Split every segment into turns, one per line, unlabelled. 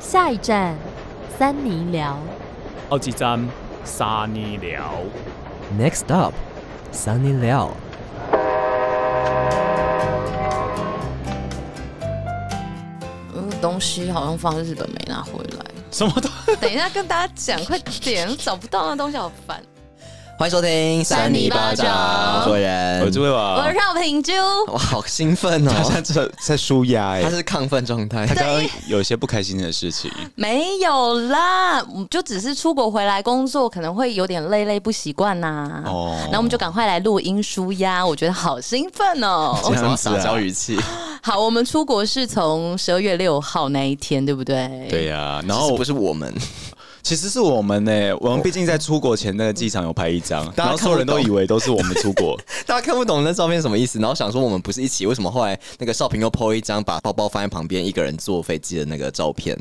下一站，三尼寮。
好哦几站沙尼寮。
Next up, Sunny Liao。
嗯，东西好像放日本没拿回来。
什么都
等一下跟大家讲，快点，找不到那东西好烦。
欢迎收听
三尼巴掌
我是伟人，
我就会把
我绕平珠，
哇，好兴奋
呃他
哦！
在这在舒压哎
他，是亢奋状态
他，刚刚有一些不开心的事情，
没有啦，我们就只是出国回来工作，可能会有点累累不习惯呐。
哦
然后我们就赶快来录音舒压，我觉得好兴奋哦。
为什么要
这样
撒
子啊
娇语气？
好，我们出国是从十二月六号那一天，对不对？
对。呀，然
然后
后
不是我们，
其实是我们呢，我们毕竟在出国前那个机场有拍一张，
大家
然后所有人
看不
都
懂
以为都是我们出国，
大家看不懂那照片什么意思，然后想说我们不是一起，为什么后来那个少平又 po 一张把包包放在旁边一个人坐飞机的那个照片？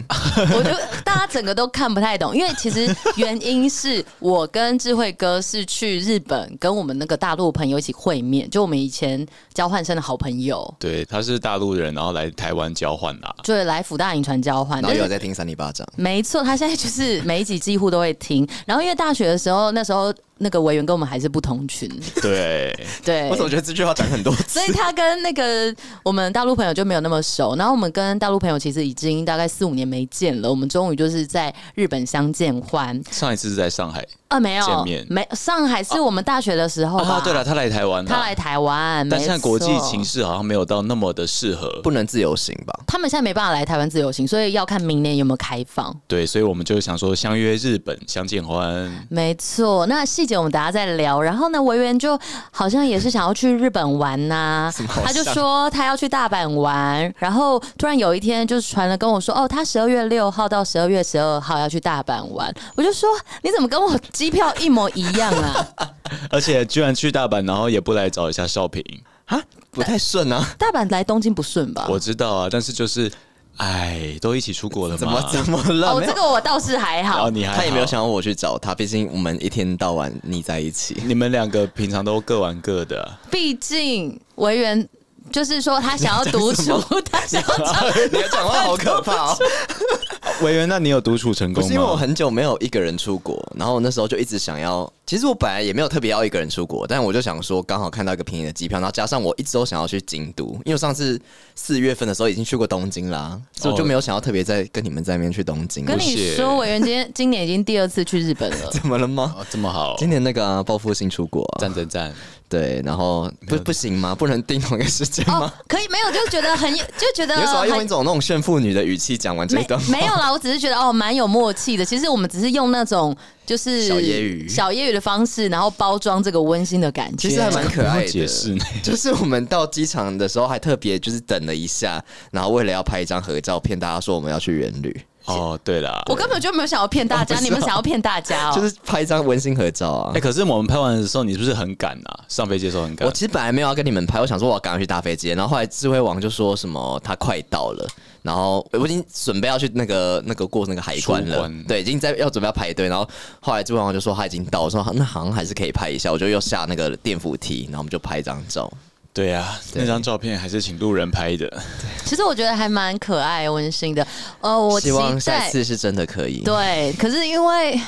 我就大家整个都看不太懂，因为其实原因是我跟智慧哥是去日本跟我们那个大陆朋友一起会面，就我们以前交换生的好朋友，
对，他是大陆人，然后来台湾交换啊啦，
就是来福大营船交换，
然后
但
又
是
有在听三尼巴掌，
没错，他现在就是每一集几乎都会听。然后因为大学的时候，那时候那个委员跟我们还是不同 群，
对，
对
我。怎么觉得这句话讲很多次
所？以他跟那个我们大陆朋友就没有那么熟，然后我们跟大陆朋友其实已经大概四五年没见了，我们终于就是在日本相见欢
上一次是在上海
啊，没有
见面
没上海是我们大学的时候吧？
啊，对了，，他来台湾啦，
哦他来台湾，
但现在
没错
国际情势好像没有到那么的适合
不，能自由行吧？
他们现在没办法来台湾自由行，所以要看明年有没有开放。
对，所以我们就想说相约日本相见欢，
没错，那细节我们等下再聊。然后呢，维园就好像也是想要去日本玩呐、他就说他要去大阪玩，然后突然有一天就传了跟我说，哦，他十二月六号到十二月十二号要去大阪玩。我就说你怎么跟我 机票一模一样啊？
而且居然去大阪，然后也不来找一下少平，
啊，不太顺啊，
大阪来东京不顺吧？
我知道啊，但是就是，哎，都一起出国了嘛，
怎么怎么了？
哦，
没有
这个我倒是还好
哦，。你还好
他也没有想要我去找他，毕竟我们一天到晚腻在一起。
你们两个平常都各玩各的，
毕竟维园就是说他想要独 处，他想要找
你的讲话好可怕 哦！
委员，那你有独处成
不
功吗？
是因为我很久没有一个人出国，然后我那时候就一直想要，其实我本来也没有特别要一个人出国，但我就想说刚好看到一个便宜的机票，然后加上我一直都想要去京都，因为我上次四月份的时候已经去过东京啦，所以我就没有想要特别再跟你们在那边去东京。
跟
不是
你
屑
说，委员今天今年已经第二次去日本了。
怎么了吗？
啊这么好，
今年那个啊报复性出国啊，
赞赞赞，
对，然后不不行吗？不能定同一个时间
哦
吗？，
可以没有，就觉得很 就觉得
你为什么要用一
很。
种那种炫妇女的语气讲完这一
没
段话？
没有啦，我只是觉得哦，蛮有默契的。其实我们只是用那种就是
小揶揄
小揶揄的方式，然后包装这个温馨的感觉。
其实还蛮
不
可爱
用
的。
解释呢
就是我们到机场的时候还特别就是等了一下，然后为了要拍一张合照，骗大家说我们要去远旅，
哦，对啦，
我根本就没有想要骗大家，你们想要骗大家哦。
哦就是拍一张温馨合照啊
哎、。可是我们拍完的时候，你是不是很赶啊？上飞机的时候很赶
我，其实本来没有要跟你们拍，我想说我要赶快去搭飞机，然后后来智慧王就说什么他快到了，然后我已经准备要去那个那个过那个海关
出
了，
关
对，已经在要准备要排队，然后后来智慧王就说他已经到，我说那好像还是可以拍一下，我就又下那个电扶梯，然后我们就拍一张照。
对啊，那张照片还是请路人拍的，
其实我觉得还蛮可爱温馨的。呃，我期
希望下
待
一次是真的可以。
对，啊可是因为。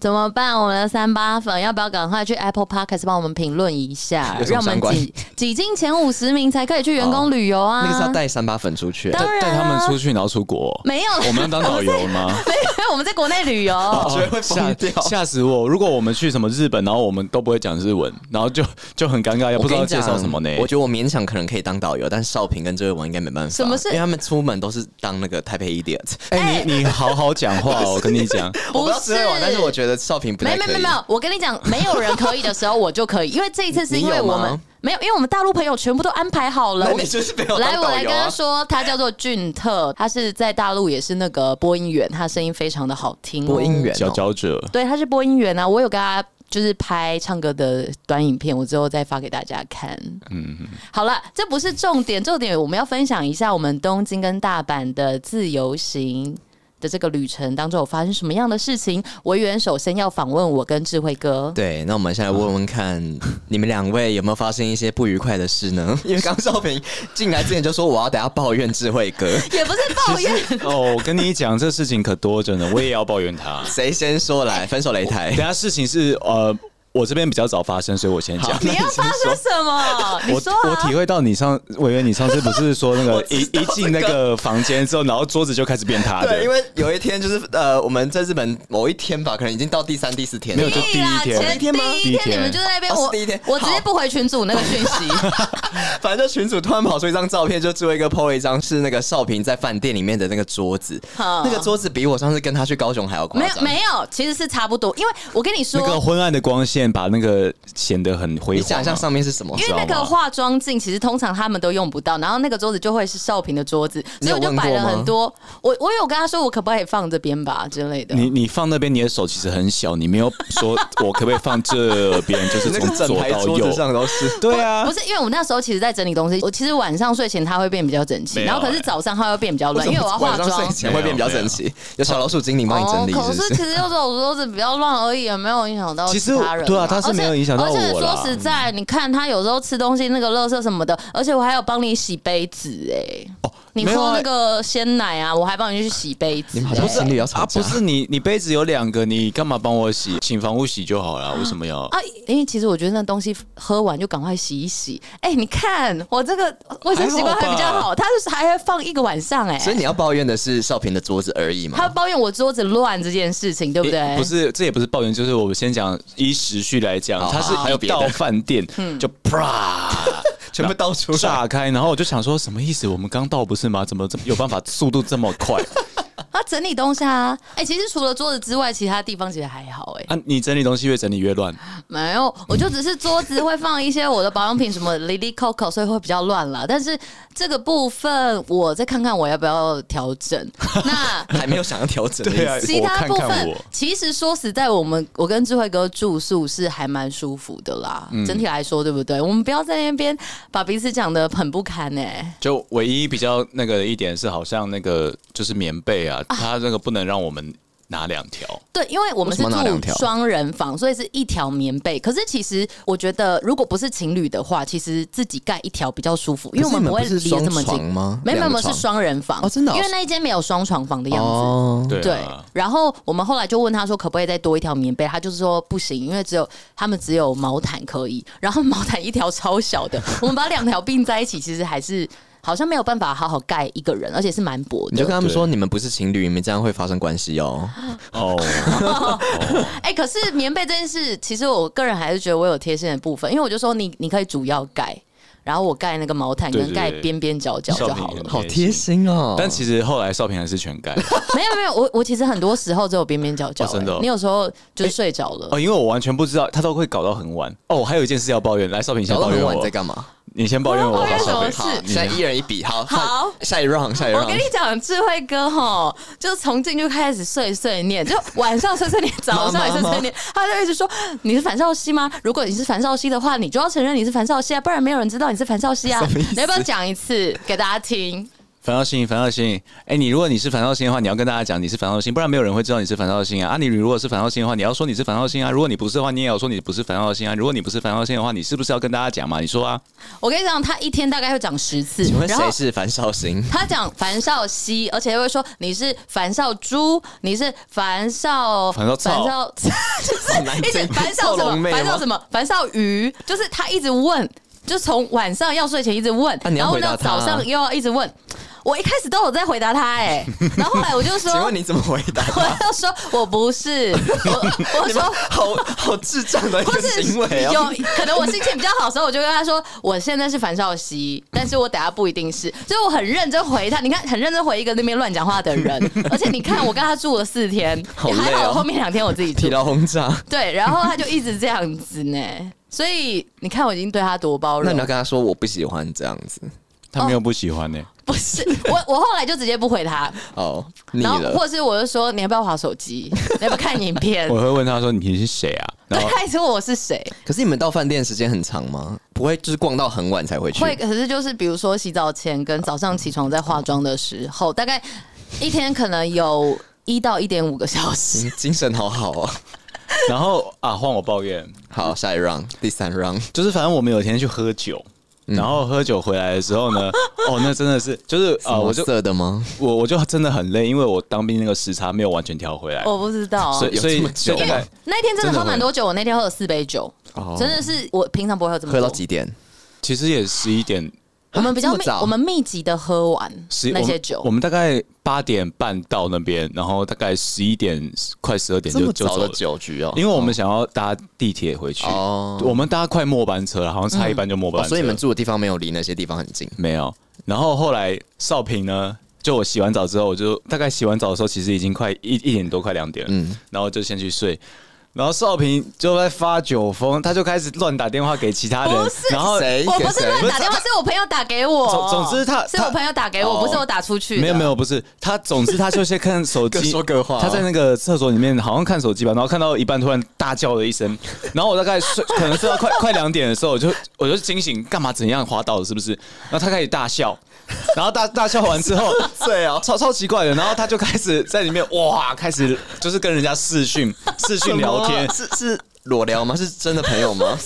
怎么办？我们的三八粉要不要赶快去 Apple Podcast 帮我们评论一下
有，什么
让我们
相关哦
挤挤进前五十名才可以去员工旅游啊？
那个是要带三八粉出去、
当然
带
啊
他们出去，然后出国，
没有啦
我们要当导游吗？
没有， 我们在国内旅游。
哦
觉得会
吓
疯掉
吓死我！如果我们去什么日本，然后我们都不会讲日文，然后就 就很尴尬，也不
我
知
跟
道
你
介
讲，
绍什么呢。
我觉得我勉强可能可以当导游，但是少平跟这位王应该没办法。
什么是
因为他们出门都是当那个台北 idiot。
哎、你你好好讲话哦，我跟你讲，
我不知道智慧王，但是我觉得少平不
没
太
有没
可
有
以。
没有，我跟你讲，没有人可以的时候我就可以，因为这一次是 因
你
为
有
我
吗
们没有，因为我们大陆朋友全部都安排好了。
那
我
你就是没有
来，
当
我
导
来
游
跟他
啊。
说，他叫做俊特，他是在大陆也是那个播音员，他声音非常的好听、
播音，员
佼
哦，
佼者，
对，他是播音员啊，我有跟他。就是拍唱歌的短影片，我之后再发给大家看。
嗯，
好了，这不是重点，重点我们要分享一下我们东京跟大阪的自由行。的这个旅程当中有发生什么样的事情？维园首先要访问我跟智慧哥，
对，那我们现在问问看，你们两位有没有发生一些不愉快的事呢？因为刚少平进来之前就说我要等下抱怨智慧哥，
也不是抱怨，
哦，我跟你讲，这事情可多着呢，我也要抱怨 他。
谁先说来？分手擂台
等一，下事情是呃，我这边比较早发生，所以我先 讲。
你要发生什么？你
我
说啊
我体会到你上委员，你上次不是说那 个一一进那个房间之后，然后桌子就开始变塌的
对，因，为有一天就是呃，我们在日本某一天吧，可能已经到第三、第四天了，
没有就第一天
前
第一天吗
第一
第一
天
天
你们就在那边，
哦
我
是第一天
我直接不回群组那个讯息，
反正就群主突然跑出一张照片，就智慧哥 PO 了一张是那个少平在饭店里面的那个桌子，
好
那个桌子比我上次跟他去高雄还要夸
没
张。
有没有，其实是差不多，因为我跟你说
那，个昏暗的光线把那个显得很辉
你
煌
想
啊。
象上面是什么？
因为那
知道吗
个化妆镜其实通常他们都用不到，然后那个桌子就会是少平的桌子，所以我就摆了很多。我我有跟他说，我可不可以放这边吧之类的。
你你放那边，你的手其实很小，你没有说我可不可以放这边，就是
那
从
个整
左
排
到
桌子
右。
上都是。
对啊
不，是，因为我那时候其实，在整理东西。我其实晚上睡前它会变比较整齐，
没有
然后可是
欸
早上它会变比较乱，因为我要化
晚上
妆哦
睡。前会变比较整齐，有小老鼠精灵帮你整理，
可
是不
是
是？
其实就是我桌子比较乱而已，也没有影响到
其实
他人嘛。
对啊他是没有影响到
而且而且
我啦
说实在，你看他有时候吃东西那个垃圾什么的，而且我还有帮你洗杯子哎。你
没有
喝
啊
那个鲜奶啊，我还帮你去洗杯子。
你
哎
们好像情侣要吵
啊，
架
不，是你，你杯子有两个，你干嘛帮我洗？请房屋洗就好了，为什么要？
啊，因为其实我觉得那东西喝完就赶快洗一洗。哎、你看我这个卫生习惯还比较
还
好，他就是还会放一个晚上哎、
所以你要抱怨的是少平的桌子而已
他
嘛？
抱怨我桌子乱这件事情，对不对？
诶不是，这也不是抱怨，就是我先讲依时序来讲
好，
它是
好还有
一
别的
到饭店
嗯
就啪，
全部倒出来，
炸开，然后我就想说什么意思？我们刚到不是吗？怎么这么有办法速度这么 快
他整理东西啊。哎、其实除了桌子之外，其他地方其实还好哎、
啊？你整理东西越整理越乱，
没有，我就只是桌子会放一些我的保养品什么 Lily Coco，所以会比较乱啦。但是这个部分我再看看我要不要调整。那
还没有想要调整的意
对啊
思。
其他部
我看看
分
我
其实说实在，我们我跟智慧哥住宿是还蛮舒服的啦。
嗯
整体来说，对不对？我们不要在那边把彼此讲的很不堪哎、
就唯一比较那个的一点是，好像那个就是棉被啊，它那个不能让我们拿两条。
对，因为我们是
为什么拿两
住
条
双人房，所以是一条棉被。可是其实我觉得，如果不是情侣的话，其实自己盖一条比较舒服，因为我
可是你们
不会
不是
离得这么
双
近
床吗
没有没有，
两
没
个
有
床
是双人房
哦真的哦
因为那一间没有双床房的样子。
哦，
对
对
啊，，
然后我们后来就问他说，可不可以再多一条棉被？他就是说不行，因为只有他们只有毛毯可以，然后毛毯一条超 小的，我们把两条并在一起，其实还是好像没有办法好好盖一个人，而且是蛮薄
你就跟
的。
他们说，你们不是情侣，你们这样会发生关系哦。
哦，
哎、可是棉被这件事，其实我个人还是觉得我有贴心的部分，因为我就说你你可以主要盖，然后我盖那个毛毯
对
跟
对
盖
对
边边角角就
少
好
平
了。
很
好贴。心哦。
但其实后来少平还是全盖
没有没有，我我其实很多时候只有边边角角、
哦真的哦
哎你有时候就是睡着了。
哦，因为我完全不知道他都会搞到很晚哦。我还有一件事要抱怨，来，少平 先
搞到
抱
很
怨
晚在
我，
干嘛？
你先抱怨我
我要抱
吧，
怨
少
什么
平。
事
好，现在一人一笔，好，
好
换下一 round，下一
我跟你
round。
讲，智慧哥吼，就从进就开始碎碎念，就晚上碎碎念，早上也碎碎念，他就一直说你是樊少熙吗？如果你是樊少熙的话，你就要承认你是樊少熙啊，不然没有人知道你是樊 少熙啊。你要不要讲一次给大家听？
樊少欣，樊少欣，哎、你如果你是樊少欣的话，你要跟大家讲你是樊少欣，不然没有人会知道你是樊少欣啊。啊，你如果是樊少欣的话，你要说你是樊少欣啊。如果你不是的话，你也要说你不是樊少欣啊。如果你不是樊少欣的话，你是不是要跟大家讲嘛？你说啊，
我跟你讲，他一天大概会讲十次
请，问
然后
谁是樊少行？
他讲樊少熙，而且会说你是樊少猪，你是樊少
樊少
樊
操
少， 就是
难
一直
听
樊少
少
什
龙
么
妹吗
樊少什么樊少鱼，就是他一直问，就从晚上要睡前一直问，
那你要
然后
回答
到
他啊
早上又要一直问。我一开始都有在回答他 哎、然后后来我就说，
请问你怎么回答？
我就说我不是，我我
你们
说。
好好智障的一
或
个
是
行为
有
哦。
可能我心情比较好的时候，我就跟他说我现在是樊少熙，
嗯
但是我等下不一定是，所以我很认真回他。你看，很认真回一个那边乱讲话的 人，而且你看我跟他住了四天，
好
也还
累
好
哦
后面两天我自己住
疲。劳轰炸。
对，然后他就一直这样子呢，所以你看我已经对他多包
那你要
容。
跟他说我不喜欢这样子
啊他没有不喜欢呢、
不是我，我后来就直接不回他，
哦， 腻
然后
了。
或是我就说你要不要划手机， 你要不要看影片？
我会问他说你是谁啊？
对
然后，
他一直问我是谁，
可是你们到饭店时间很长吗？不会就是逛到很晚才回去？
会，可是就是比如
哦
说洗澡前跟早上起床在化妆的时候，大概一天可能有一到一点五个小时。
嗯精神好好哦。
然后啊，换我抱怨，
好，下一 round，第三 round，
就是反正我们有一天去喝酒，
嗯
然后喝酒回来的时候呢，哦，那真的是 就是
啊，
啊，我
我
就
色的吗？
我我就真的很累，因为我当兵那个时差没有完全调回来，
我不知道，啊
所以所
哦有这
以
么
所以
久
大
吗
概
那一天真的
真的
喝
会
蛮多酒，我那天喝了四杯酒，
哦
真的是我平常不会喝这么
喝
多。
到
啊
几点？
其实也十一点
我们比较
这么
密
早
我们密集的喝完
十
那
我
些
们
酒
我，们大概八点半到那边，然后大概十一点快十二点就就
早
走
的
了。
酒局哦，
因为我们想要搭地铁回去，
哦
我们搭快末班车了，好像差一班就末班
哦
车、
所以你们住的地方没有离那些地方很近。
没有。然后后来少平呢，就我洗完澡之后，我就大概洗完澡的时候，其实已经快一一点多，快两点了，
嗯
然后就先去睡。然后少平就在发酒疯，他就开始乱打电话给其他人，然后
谁
我不是
谁
乱打电话，
不
是我朋友打给我。
总总之他
是我
他
朋友打给我，
哦
不是我打出去的。
没有没有，不是他，总之他就先看手
各
机，
说各话哦
他在那个厕所里面好像看手机吧，然后看到一半突然大叫了一声， 然后我大概睡，可能睡到快快两点的时候，我就我就惊醒，干嘛怎样滑倒了是不是？然后他开始大笑，然后大大笑完 之后，
对哦，
超超奇怪的，然后他就开始在里面哇，开始就是跟人家视 讯视讯聊天，
是是裸聊吗？是真的朋友 吗？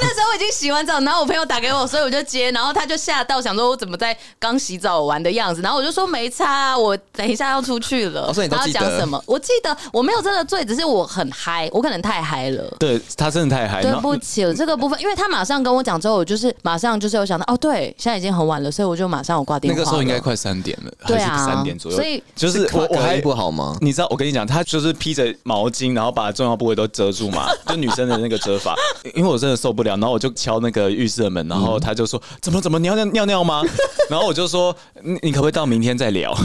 那时候我已经洗完澡，然后我朋友打给我，所以我就接，然后他就吓到，想说我怎么在刚洗澡玩的样子，然后我就说没差啊、我等一下要出去了。
哦所以你都
然后
记得
讲什么？我记得我没有真的醉，只是我很嗨，我可能太嗨了。
对他真的太嗨，
对
然后
不起，这个部分，因为他马上跟我讲之后，我就是马上就是有想到，哦，对，现在已经很晚了，所以我就马上有挂电
那
话了。
个时候应该快三点了，
对啊
还是三点左右，
所以
就是我我
隔
还
音不好吗？
你知道我跟你讲，他就是披着毛巾，然后把重要部位都遮住嘛，就女生的那个遮法。因为我真的受不了，然后我就敲那个浴室的门，然后他就说：“怎么怎么，你要尿尿尿吗？” 然后我就说：“嗯你你可不可以到明天再聊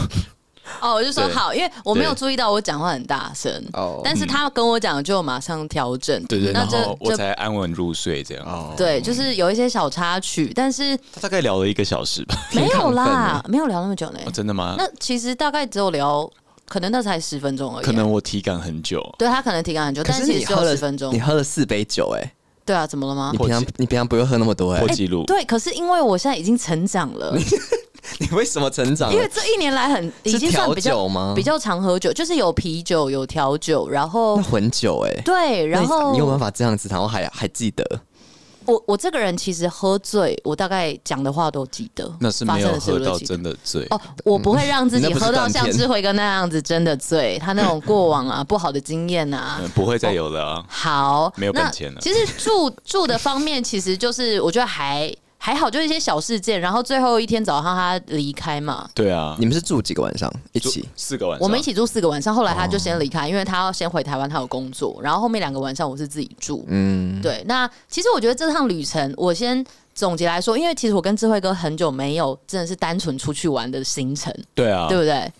哦，我就说
对
好，因为我没有
对
注意到我讲话很大声
哦，
但是他跟我讲就马上调整，？”
嗯对对，
那
然
这
后我
这
才安稳入睡。这样，哦，
对，就是有一些小插曲，但是
大概聊了一个小时吧。
没有
亢
啦，没有聊那么久呢。
哦真的吗？
那其实大概只有聊，可能那才十分钟而已。啊
可能我体感很久。
对他可能停了很久，但
是
其
你
实只
喝
有
了
十分钟
你。喝了四杯酒，哎，
对啊，怎么了吗
你？平常你平常不会喝那么多，哎
破，
哎
纪录
对，可是因为我现在已经成长了，
你为什么成长
因为
了？
这一年 来很已经算比
调
较
酒吗
比较常喝酒，就是有啤酒，有调酒，然后
那混酒，哎，
对，然
那
后
你你有办法这样子，然后还还记得？
我我这个人其实喝醉，我大概讲的话都记得，
那是
发
没
生
有
的事
喝
我都
到
记得。
真的醉。
哦，我不会让自
嗯
己
那不是
喝到
断片
像智慧哥那样子真的醉，他那种过往啊 不好的经验啊
嗯，，不会再有了啊。
好，
没有
那
本钱了
其实住 住的方面，其实就是我觉得还还好，就是一些小事件。然后最后一天早上他离开嘛，
对啊，
你们是住几个晚上一
就
起？
四个晚上，
我们一起住四个晚上，后来他就先离开，因为他要先回台湾，他有工作。然后后面两个晚上我是自己住。
嗯，
对，那其实我觉得这趟旅程，我先总结来说，因为其实我跟智慧哥很久没有真的是单纯出去玩的行程，
对啊，
对不对？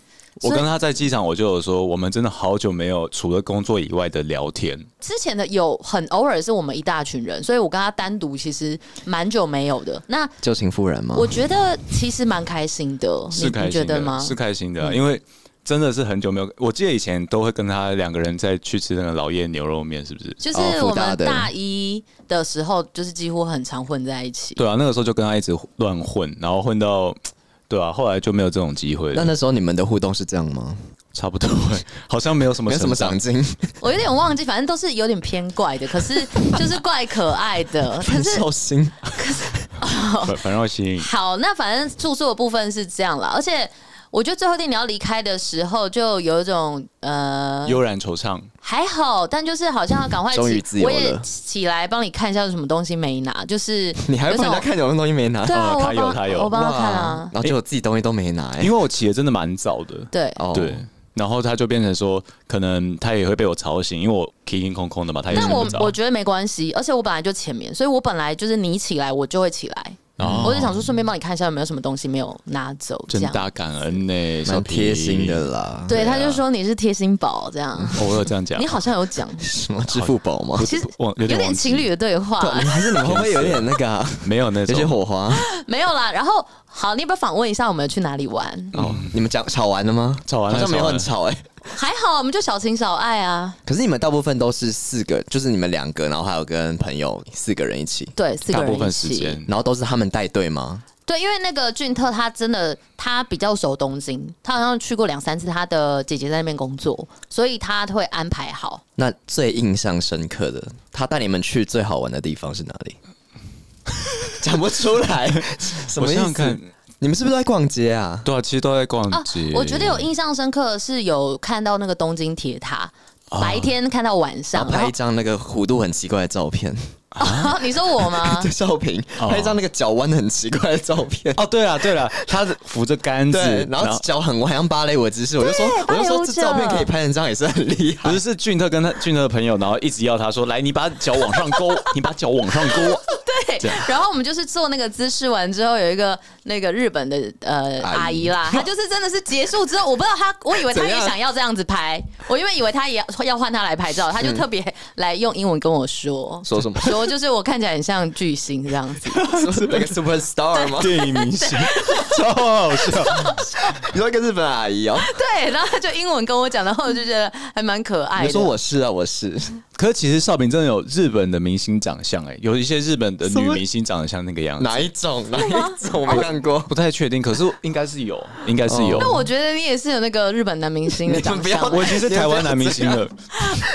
我
所以
跟他在机场，我就有说，我们真的好久没有除了工作以外的聊天。
之前的有很偶尔是我们一大群人，所以我跟他单独其实蛮久没有的。那
旧情复燃吗？
我觉得其实蛮开心的，
是
你
开
你觉
心
得
的，
吗嗯
是？开心的啊，因为真的是很久没有。我记得以前都会跟他两个人再去吃那个老叶牛肉面，是不是？
就是
哦
我
复大
们
的
大一的时候，就是几乎很常混在一起。
对啊，那个时候就跟他一直乱混，然后混到，对啊，后来就没有这种机会
那
了。
那时候你们的互动是这样吗？
差不多，好像没有什么
没有什么
成
长进，
我有点忘记，反正都是有点偏怪的，可是就是怪可爱的。可是
绍 兴
长，反反正心
好，那反正住宿的部分是这样啦，而且我觉得最后一天你要离开的时候，就有一种呃
悠然惆怅。
还好，但就是好像要赶快起
终于自由
我
了
也起来帮你看一下有什么东西没拿，就是
你还会
有
帮人
种
家看有什么东西没拿？
对啊，
哦
我
他有
帮
他有
我帮他看
哇
啊，
然后就我自己东西都没拿，哎
因为我起的真的蛮早的，
对。
哦
对，然后他就变成说，可能他也会被我吵醒，因为我停停空空的嘛，他也
但
睡
我
不着。
我觉得没关系，而且我本来就前面，所以我本来就是你起来我就会起来，
哦
我就想说顺便帮你看一下有没有什么东西没有拿走，这
真
样。
大感恩呢、小
蛮
皮
贴心的。啦。
对，嗯
对啊
他就说你是贴心宝这样，
哦我有这样讲
你，好像有讲，
什么支付宝吗？
其实
我有
有
点
点
忘记
情侣的对话，
你还是你们会不会有点那个啊、
没有那
有
种
些火花？
没有啦。然后好，你要不要访问一下我们有去哪里玩？
哦，你们讲吵完了吗？
吵完了
好像没有很吵哎、
还好，我们就小情小爱啊，
可是你们大部分都是四个，就是你们两个，然后还有跟朋友四个人一起，
对，四
大
个人
部分
一
时
嗯
起。
间
然后都是他们带队吗？
对，因为那个俊特他真的他比较熟东京，他好像去过两三次，他的姐姐在那边工作，所以他会安排好。
那最印象深刻的，他带你们去最好玩的地方是哪里？ 讲不出来， 什么
我
意
想想
思
看？
你们是不是都在逛街啊？
对啊，其实都在逛
啊
街。
我觉得有印象深刻的是有看到那个东京铁塔，
啊
白天看到晚
然
上。
后拍一张那个弧度很奇怪的照片，
然
啊
后 你说我吗
对，？ 照片拍一张那个脚弯的很奇怪的照片。
哦，对了对了，他扶着杆子
对，，然后脚很弯，像芭蕾舞的姿势，我就说，我就
芭蕾舞
说
者
这照片可以拍成这样也是很厉害
哎
不。是是俊特跟他俊特的朋友，然后一直要他说：“来，你把脚往上勾， 你把脚往上 勾。啊
对。然后我们就是做那个姿势完之后，有一个那个日本的呃
阿姨
阿 姨啦，她就是真的是结束之后，我不知道她，我以为她
怎
也
样
想要这样子拍，我因为以为她也要要换她来拍照，她
嗯
就特别来用英文跟 我说。
说什么？
说就是我看起来很像巨星这样 子，
是那个 super star ”吗？
电影明星 超好笑，
你说一个日本阿姨哦，
对，然后她就英文跟我讲，然后我就觉得还蛮可爱的。
你说我是啊，我 是。
可是其实少平真的有日本的明星长相哎、有一些日本的
什
女
么
明星长得像那个样子，
哪一种？哪一种？我没看过。
不太确定，可是应该是有，应该是有。
那我觉得你也是有那个日本男明星的
你们
长
不要
相，
我已经是台湾男明 星了，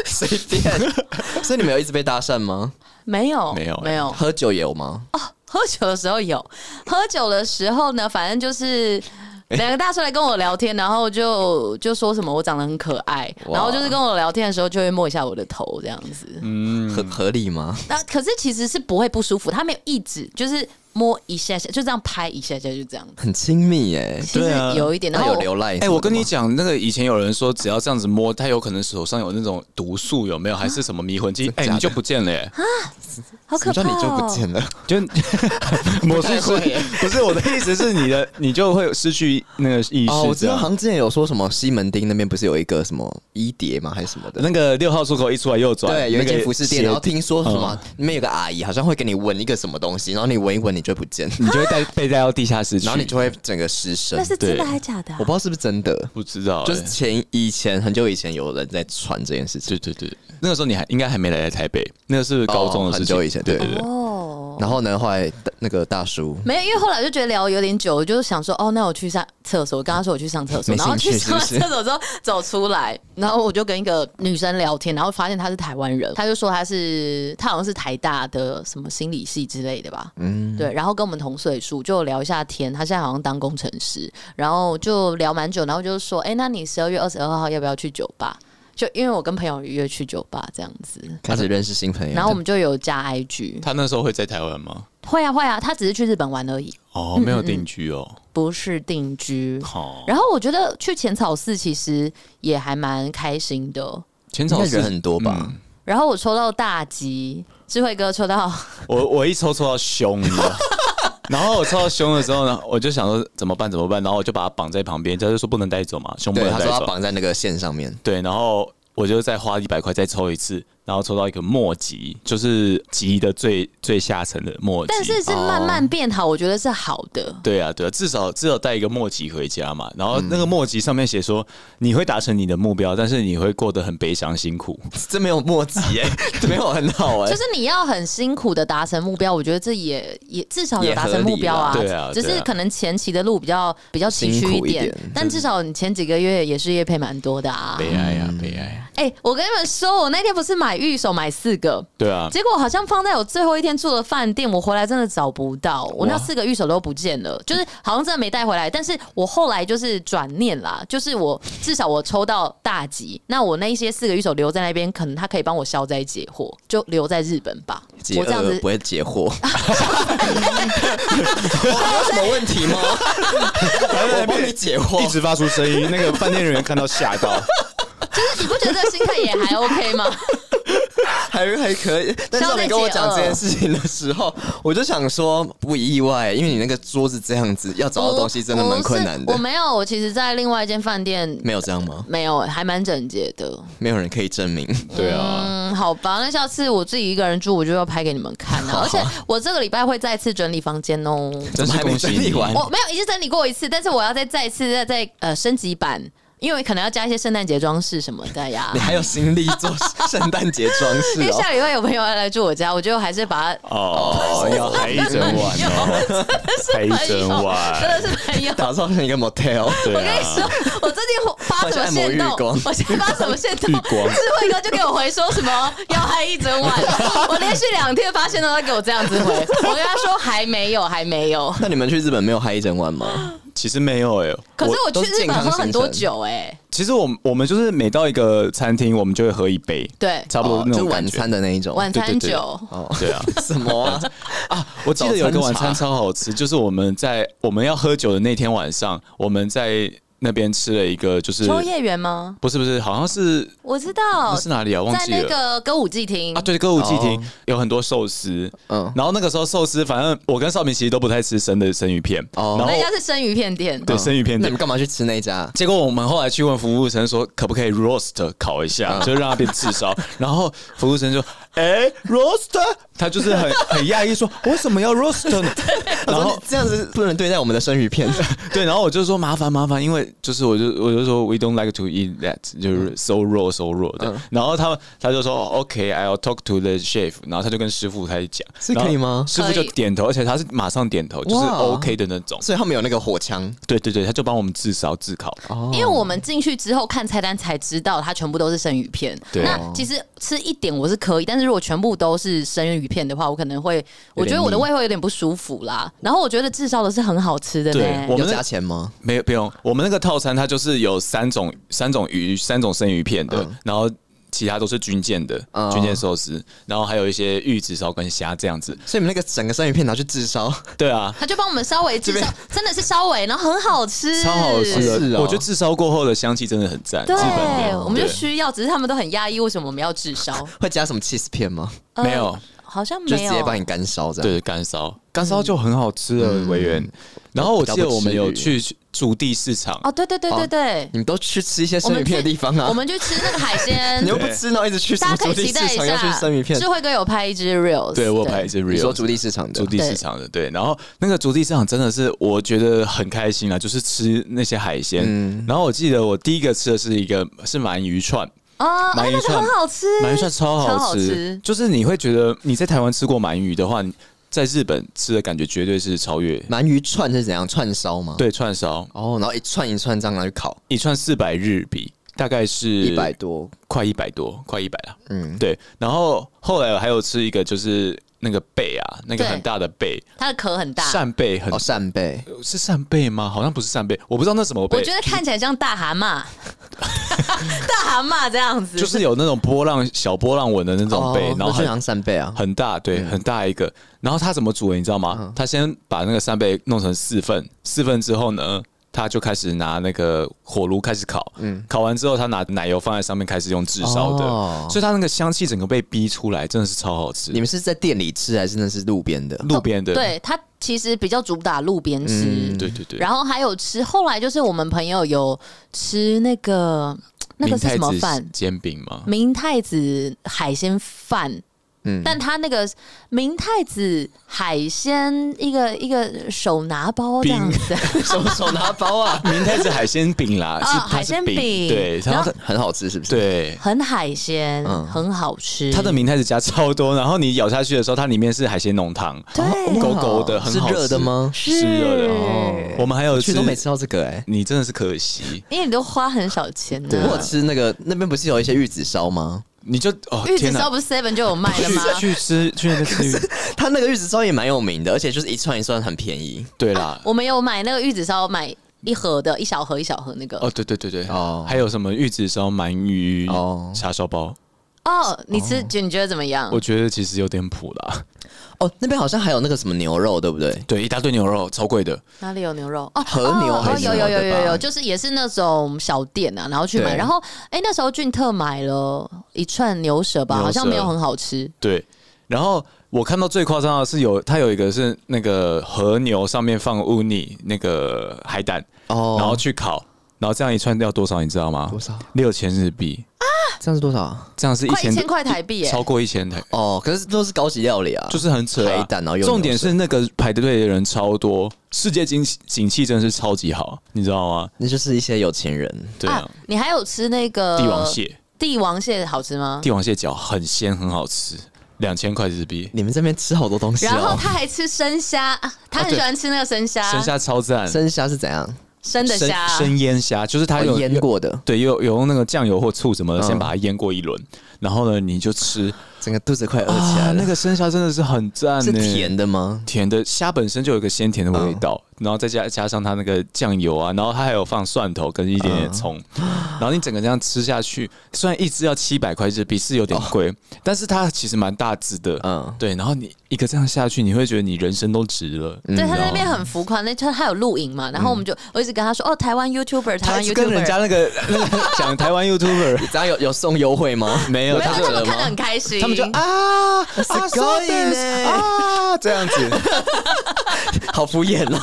随便。 所以你们有一直被搭讪吗？
没有
没有欸
没有。
喝酒有吗？
喝酒的时候有，喝酒的时候呢，反正就是。
哎
两个大叔来跟我聊天，然后就就说什么我长得很可爱，
哇
然后就是跟我聊天的时候就会摸一下我的头这样子。
嗯
合合理吗？
那可是其实是不会不舒服，他没有一直就是摸一下下，就这样拍一下下，就这样子。
很亲密耶。
其实
对啊
有一点，然
那
后
有
我
流赖？
哎、我跟你，讲，那个以前有人说，只要这样子摸，他有可能手上有那种毒素，有没
啊
有？还是什么迷魂剂？哎、你就不见了、欸，
好
什么
可怕、
叫
哦，
你就不见了？
就 魔术
不太会
师
欸
不是我的意思是你的，你就会失去那个意
哦，我
识。
知
这
道，好
样。
像之前有说什么西门町那边不是有一个什么一蝶吗？还是什么的？
那个六号出口一出来右转，
对，有一
那
间
个
服饰
鞋
店，然后听说什么
嗯
里面有个阿姨，好像会给你闻一个什么东西，然后你闻一闻，你就不见，
你就会带被带到地下室去，
然后你就会整个失声
那。是真
对
的还假的啊、
我不知道是不是真的，
不知道、
就
就是是
前以前很久以前有人在传这件事情
对，对对，那个时候你还应该还没来台北，那个是高中的
哦
事
很
情，
久以前，对对对。
哦，
然后呢，后来那个大叔
没有，因为后来就觉得聊有点久，我就想说，哦，那我去上厕所。我跟他说我去上厕所，
没兴趣
然后去上完
是不
厕
是
所之后走出来，然后我就跟一个女生聊天，然后发现她是台湾人，她就说她是她好像是台大的什么心理系之类的吧，嗯，对，然后跟我们同岁数，就聊一下天。她现在好像当工程师，然后就聊蛮久，然后就说，哎、那你十二月二十二号要不要去酒吧？就因为我跟朋友约去酒吧这样子，
开始认识新朋友，
然后我们就有加 IG，
他那时候会在台湾吗？
会啊会啊，他只是去日本玩而已，
哦，
嗯
没有定居哦，
不是定居。
哦
好、
然后我觉得去浅草寺其实也还蛮开心的。
浅
应
草
该
寺
人很多吧？
嗯
然后我抽到大吉，智慧哥 抽到，
我我一抽抽到胸，你知 道。然后我抽到胸的时候呢，我就想说怎么办怎么办，然后我就把它绑在旁边，他就说不能带走嘛，胸不
对，
能
他
带
说他
走。
绑在那个线上面，
对，然后我就再花一百块再抽一次，然后抽到一个末级，就是级的最最下层的末级。
但是是慢慢变好，我觉得是好的。
对啊，对啊，至少至少带一个末级回家嘛。然后那个末级上面写说，你会达成你的目标，但是你会过得很悲伤辛苦。
这没有墨迹 耶，这没有很好哎
就。是你要很辛苦的达成目标，我觉得这也也至少有达成目标啊。
也合理啦对啊
只是
对啊
可能前期的路比较比较崎岖
辛苦一
点，
点
但至少你前几个月也是业配蛮多的啊。
悲哀啊，悲哀。
哎、我跟你们说，我那天不是买玉手买四个，
对啊，
结果好像放在我最后一天住的饭店，我回来真的找不到，我那四个玉手都不见了，就是好像真的没带回来。但是我后来就是转念啦，就是我至少我抽到大吉，那我那一些四个玉手留在那边，可能他可以帮我消灾解惑，就留在日本吧。
解
我这样
饿
子
呃不会解惑， 我有什么问题 吗？我帮你解惑
一，直发出声音，那个饭店人员看到吓到。
你不觉得这心态也还 OK 吗？
还还可 以。但
消
是
费
你跟我
解
讲
饿
这件事情的时候，我就想说不意外，因为你那个桌子这样子，要找到东西真的蛮困难
我
的
我。没有，我其实，在另外一间饭店
没有这样吗？
没有，还蛮整洁的。
没有人可以证明。
对啊，
嗯，好吧，那下次我自己一个人住，我就要拍给你们看 啊。而且我这个礼拜会再次整理房间哦。
真是恭喜
嗯怎么还 没整理
你
完
我没有已经整理过一次，但是我要再再次再再呃升级版。因为可能要加一些圣诞节装饰什么 的呀
哦
你。还有心力 做圣诞节装饰
因为
哦
下礼拜有朋友要来住我家，我就还是 把它
哦，要黑一整晚 哦，黑一整
真
晚，
的是朋友。
打造成一个 motel。
对
我跟你
啊，
说，我最近发什
好像
么线
按摩浴
动
缸，
我先发什么线动，
浴
智
光
慧哥就给我回说什么要嗨一整晚，我连续两天发现都在给我这样子回，我跟他说还没有，还没有。
那你们去日本没有嗨一整晚吗？
其实没有哎、
可是我
都
去
是
日
健
本
康
喝
行
很多
程
酒哎、
其实我们我们就是每到一个餐厅，我们就会喝一杯，
对，
差不多那
哦就
种
晚
感觉。
餐的那一种。
晚餐
对对对
酒。
哦，
对啊，
什么啊？
我记得有一个晚餐
早餐茶
超好吃，就是我们在我们要喝酒的那天晚上，我们在那边吃了一个，就是
秋叶原吗？
不是不是，好像是
我知道，
是哪里啊？忘
在
记
那
了。
个歌舞伎町
啊，对，歌舞伎町、
哦
有很多寿司，
嗯
嗯，然后那个时候寿司，反正我跟少明其实都不太吃生的生鱼片，
哦嗯
哦，然后
那家是生鱼片店。
对生鱼片
那
店
你们。干嘛去吃那一家？
结果我们后来去问服务生说，可不可以 roast 烤一下，
嗯
就让它变炙 烧。然后服务生说，哎、r o a s t 他就是很 很讶异说，为什么要 roast 呢？
他
然
说
后
你这样子不能对待我们的生鱼片。
对，然后我就说麻烦麻烦，因为就是我就我就说 we don't like to eat that，就是
嗯
so raw so raw 的。然后他他就说 OK，I'll、talk to the chef，然后他就跟师傅开始讲，
是
然后
可以吗
师傅
可
就
以
点头，而且他是马上点头，就是
哇
OK 的那种。
所以他们有那个火枪，
对对对，他就帮我们自烧自烤。
因
嗯
为我们进去之后看菜单才知道，它全部都是生鱼片。
对
那
哦
其实吃一点我是可以，但是如果全部都是生鱼片的话，我可能会，我觉得我的胃会有点不舒服啦。然后我觉得炙烧的是很好吃的
对我
呢。
们
有
那
加钱吗？
没有不用，我们那个套餐它就是有三种三种鱼三种生鱼片的，
嗯
然后。其他都是军舰的
哦
军舰寿司，然后还有一些玉子烧跟虾这样子。
所以你们那个整个生鱼片拿去炙烧，
对啊，
他就帮我们稍微炙烧，真的是稍微，然后很好吃，
超好吃的，
是哦
我觉得炙烧过后的香气真的很赞。
对
基本的，
我们就
对
需要，只是他们都很压抑，为什么我们要炙烧？
会加什么 cheese 片吗？
呃
没有，
好像
就
没
直
有。
接帮你干烧这样。
对干烧，干烧就很好吃了，委员。然后我记得我们有去竹地市场，
哦，对对对对对，
你们都去吃一些
我
生
们
鱼片的
去
地方啊。
我们就吃那个海 鲜
你。又不吃，然后一直去什
大
么
家可
竹地
以期
市
待一
场，要去
下，
生鱼片
智。慧哥有拍一支 reels，
对我有拍一支
你
real，
说竹地市场的
竹地市场的对，然后那个竹地市场真的是我觉得很开心啊，就是吃那些海鲜。然后我记得我第一个吃的是一个是鳗鱼串，
哦，
鳗
哎
鱼
那个
串
很好吃，
鳗鱼串超好吃，
超好吃
就是你会觉得你在台湾吃过鳗鱼的话，你在日本吃的感觉绝对是超越。
鳗鱼串是怎样串烧吗？，
对串烧，
哦，然后一串一串这样拿去烤，
一串四百日币，大概是
一百，多。
快一百多，快一百了。
嗯
嗯，对。然后后来我还有吃一个，就是那个贝啊，那个
对
很大的贝，
它的壳很大。
扇贝很、
哦，扇贝，
是扇贝吗？好像不是扇贝，我不知道那什么贝
我觉。得看起来像大 蛤蟆，大蛤蟆这样子，
就是有那种波浪小波浪纹的那种贝，
哦
然后
那就
很
像扇贝啊。
很大，对，很大一个。然后他怎么煮的，你知道吗？
嗯
他先把那个扇贝弄成四份，四份之后呢，他就开始拿那个火炉开始烤，
嗯
烤完之后他拿奶油放在上面开始用炙烧的，
哦
所以它那个香气整个被逼出来，真的是超好吃
你。们是在店里吃还是那是路边的？
路边的，
对它其实比较主打路边吃，
对嗯对对，
然后还有吃，后来就是我们朋友有吃那个那个是什么
明太
饭
子？煎饼吗？
明太子海鲜饭。嗯，但他那个明太子海鲜一个一个手拿包这样子，
手手拿包 啊，
明太子海鲜饼啦，
哦
是它是
海鲜饼
对，
然
它
后
的
很好吃是不是？，
对。
很 海鲜，
嗯
很好吃。
它的明太子加超多，然后你咬下去的时候，它里面是海鲜浓汤，哦
对
勾勾的，很
是
好吃
热的？吗？
是热的。哦我们还有
去
吃
都没吃到这个哎、
你真的是可惜，
因为你都花很少钱呢、
我有吃那个那边不是有一些玉子烧 吗？
你就哦
玉子
天
烧
哪！
不是 Seven 就有卖的吗？
去去吃去那个吃鱼，
它那个玉子烧也蛮有名的，而且就是一串一串很便宜。
对啦，
我们有买那个玉子烧，买一盒的，一小盒一小盒那个。
哦
哦，
对对对对，
哦
还有什么玉子烧、鳗鱼
哦、
叉烧包，
哦你吃觉你觉得怎么样
哦我？觉得其实有点普啦。
哦，那边好像还有那个什么牛肉，对不对？
对，一大堆牛肉，超贵的。
哪里有牛肉？哦，
和牛
哦
还
哦
是
有有
什么
有
的
有
吧
有，就是也是那种小店啊，然后去买。
对
然后哎、那时候俊特买了一串牛舌吧，
牛舌
好像没有很好吃。
对，然后我看到最夸张的是有，它有一个是那个和牛上面放乌尼那个海胆，
哦
然后去烤，然后这样一串要多少你知道吗？
多少？
六千日币。
这样是多少啊？
这样是一
快一
千
千块台币耶、
超过一千台，
哦，可是都是高级料理啊，
就是很扯、
海
啊。
胆然后哦又
重点
牛
是那个排队的人超多，世界经景气真的是超级好，你知道吗？
那就是一些有钱人。
对啊，，
你还有吃那个
帝王？蟹，
帝王蟹好吃吗？
帝王蟹脚很鲜，很好吃，两千块日币，
你们这边吃好多东西
然后
哦，
他还吃生虾，啊他很
啊对
喜欢吃那个生虾，
生虾超赞，
生虾是怎样？
生啊的虾，啊
生生腌虾，就是它有
哦腌。过的，
对，有有用那个酱油或醋什么的，
嗯
先把它腌过一轮，然后呢，你就吃。
整个肚子快饿起
啊
来，了。
那个生虾真的是很
啊
赞，
是甜的吗？
甜的虾本身就有一个鲜甜的味道，然后再加加上它那个酱油啊，然后它还有放蒜头跟一点点葱，然后你整个这样吃下去，虽然一只要七百块日币是有点贵，但是它其实蛮大只的，
嗯
哦嗯，对，然后你一个这样下去，你会觉得你人生都值了。
对
嗯
他在那边很浮夸，那
哦
他他有录影嘛，然后我们就我一直跟他说，哦，台湾 YouTuber，台湾
嗯一直跟人家
YouTuber，
那 个那个讲台湾 YouTuber
这样有有送优惠 吗？
没有，
没有
他
他
就
们看得很开心，
他们就 啊，啊
すごいね
啊这样子，
好敷衍哦，
但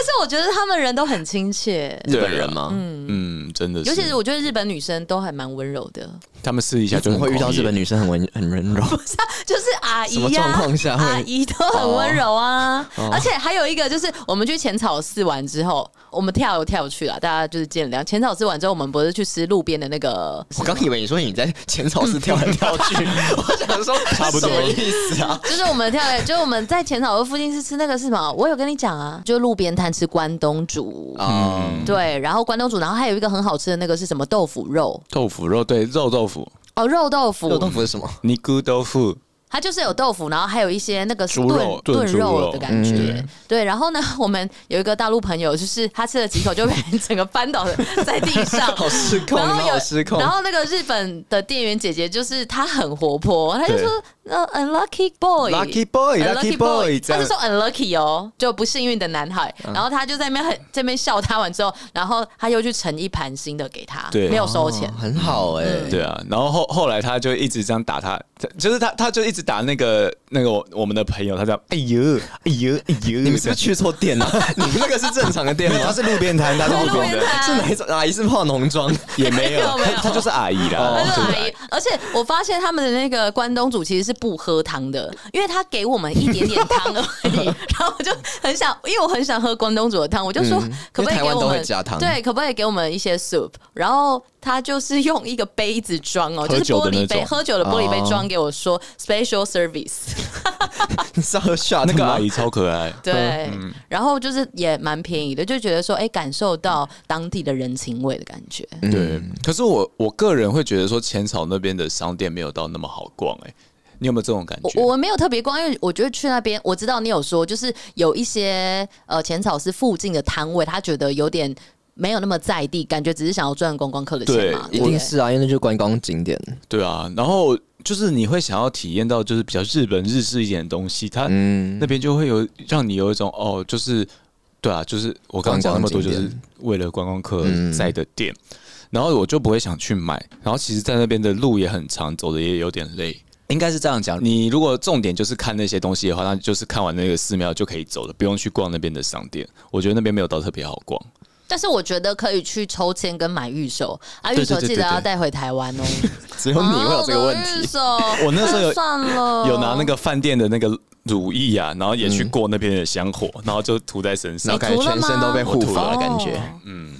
是我觉得他们人都很亲切，
日本人吗？
嗯，真的是，
尤其是我觉得日本女生都还蛮温柔的，
他们私底下
你怎
就
么
很
会遇到
狂野
日本女生很温很温柔？
就是阿姨
什么
呀、
状况下会
阿姨都很温柔啊。
哦
而且还有一个就是，我们去浅草寺玩之后，我们跳来跳去了，大家就是见谅。浅草寺玩之后，我们不是去吃路边的那个，
我刚以为你说你在浅草寺跳来跳 去，我想说差
不多
什么意思啊？
就是我们跳来，就是我们在浅草寺附近是吃那个是什么？我有跟你讲啊，就是路边摊吃关东煮。
嗯，
对，然后关东煮，然后还有一个很好吃的那个是什么豆腐肉
豆腐肉，对肉豆腐，
哦，肉豆腐，
肉豆腐是什么？
尼姑豆腐。
它就是有豆腐，然后还有一些那个
猪肉
炖
炖猪
肉
肉
的感觉。
嗯
对，然后呢，我们有一个大陆朋友，就是他吃了几口就被整个翻倒在地上。
好失控，
然
你
后
们
有
好失控
然。后那个日本的店员姐姐就是她很活泼，她就
对
说呃 unlucky boy。
Lucky boy，Lucky boy，这
她就
样
说 unlucky 哦，就不幸运的男孩。
嗯
然后他就在那边很这边笑他完之后，然后他又去盛一盘新的给他，
对
没有收钱
哦。很好哎，
对啊，然后后后来他就一直这样打他，就是他他就一直打那个那个我我们的朋友，他这样哎呦哎呦哎呦，
你们是不是去错店了？ 你们那个是正常的店吗？
他是路边摊，他是
对
路
路
边
边
的，
摊
是哪一种阿姨是化浓 妆？
也没有
没有哦没有，
他就是阿姨
哦
啦，
他是
对
阿姨，而且我发现他们的那个关东煮其实是不喝汤的，因为他给我们一点点汤而已，然后我就很想，因为我很想喝关东煮的汤，我就说、可不可
嗯因为
以
台
给
湾
我
都
们
会加汤
对，可不可以给我们一些 soup？然后他就是用一个杯子装哦，就
喝
是
酒
玻
的
璃
那
杯，
种
喝酒的玻璃杯
哦
装给我说 special service，
你是要喝 shot
那个
吗
阿姨超可爱，
对，
嗯
然后就是也蛮便宜的，就觉得说哎，感受到当地的人情味的感觉。
对。可是我我个人会觉得说浅草那边的商店没有到那么好逛，哎，你有没有这种感觉
我？我没有特别逛，因为我觉得去那边，我知道你有说，就是有一些呃浅草寺附近的摊位，他觉得有点没有那么在地，感觉只是想要赚观光客的钱
对
嘛，
一
对不对
定是啊，因为那就是观光景点。
对啊，然后就是你会想要体验到就是比较日本日式一点的东西，它
嗯，
那边就会有让你有一种哦，就是对啊，就是我刚刚讲那么多，
观
就
光景
是
点
为了观光客
嗯
在的店，然后我就不会想去买。然后其实，在那边的路也很长，走的也有点累。应该是这样讲，你如果重点就是看那些东西的话，那就是看完那个寺庙就可以走了，不用去逛那边的商店。我觉得那边没有到特别好逛。
但是我觉得可以去抽签跟买预售啊，
对
预售
对对
记得
对
要
对
带回台湾哦。
只有你会有这个问
啊我的预
题。
售，
我那时候有
算了，
有拿那个饭店的那个乳液啊，然后也去
嗯
过那边的香火，然后就涂在身
然
上
后。感觉全身都被护符了，感觉。
嗯。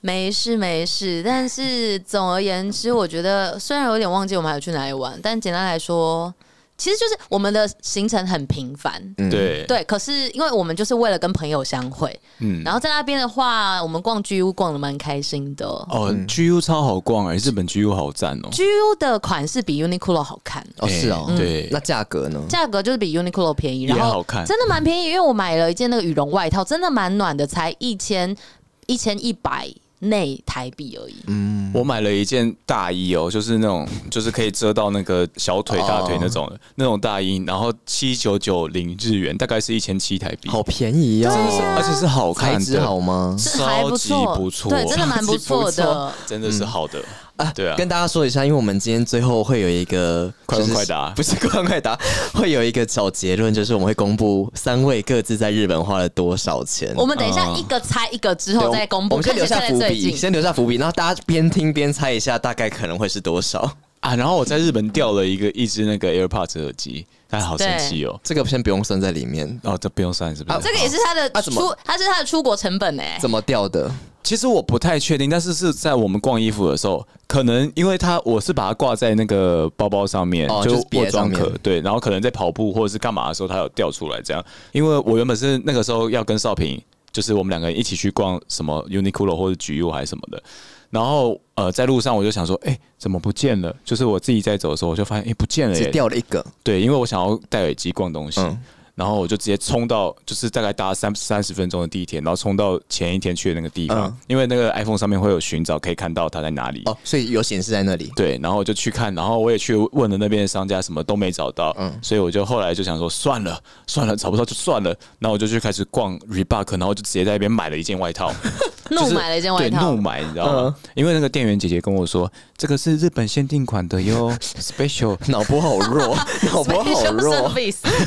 没事没事，但是总而言之，我觉得虽然有点忘记我们还有去哪里玩，但简单来说，其实就是我们的行程很平凡，
嗯，
对，
对。可是因为我们就是为了跟朋友相会，
嗯
然后在那边的话，我们逛 GU 逛的蛮开心的。
哦，GU 超好逛哎、日本 GU 好赞哦、
GU 的款式比 Uniqlo 好看，
哦是哦
哎，对
那价格呢？
价格就是比 Uniqlo 便宜，
也
然后
好看
真的蛮便宜。因为我买了一件那个羽绒外套，真的蛮暖的，才一千一千一百内台币而已。
嗯我买了一件大衣哦，就是那种就是可以遮到那个小腿、大腿那
哦
种的、那种大衣，然后七九九零日元，大概是一千七台币，
好便宜哦，
而且是好
材
看
质
的，
好吗？
这还不
超级
错，
不错
对，真的蛮不错
超级不
的。嗯
真的是好的、对啊，
跟大家说一下，因为我们今天最后会有一个
快问
就是
快答
不是快问快答，会有一个小结论，就是我们会公布三位各自在日本花了多少钱。
我们等一下一个猜一个
嗯
之
对
后
我
再公布，
我们先
看
留
谁
下
猜
伏
得最
笔，
近。
先留下伏笔，然后大家边听听边猜一下，大概可能会是多少？
啊，然后我在日本掉了一个一只那个 AirPods 耳机，哎，好生气哦！
这个先不用算在里面。
哦，这不用算是不是？
啊
这个也是他的
啊怎么
出，他是他的出国成本哎、
怎么掉的？
其实我不太确定，但是是在我们逛衣服的时候，可能因为它我是把它挂在那个包包上面，
哦就是别
卧
在
装
上
壳
面
对，然后可能在跑步或者是干嘛的时候，它有掉出来这样。因为我原本是那个时候要跟少平，就是我们两个人一起去逛什么 Uniqlo 或者 GU 还是什么的，然后呃在路上我就想说，哎、怎么不见了？就是我自己在走的时候，我就发现哎、诶不见了耶
只，掉了一个，
对，因为我想要戴耳机逛东西，
嗯
然后我就直接冲到，就是大概搭三三十分钟的地铁，然后冲到前一天去的那个地方，
嗯
因为那个 iPhone 上面会有寻找，可以看到它在哪里。
哦，所以有显示在那里。
对，然后我就去看，然后我也去问了那边的商家，什么都没找到，
嗯
所以我就后来就想说，算了算了，找不到就算了，然后我就去开始逛 Reebok，然后就直接在那边买了一件外 套，
怒买了一件外
就是
套，
对，怒买，你知道吗？
嗯
因为那个店员姐姐跟我说，这个是日本限定款的哟 ，special，
脑波好弱，脑波好弱。哦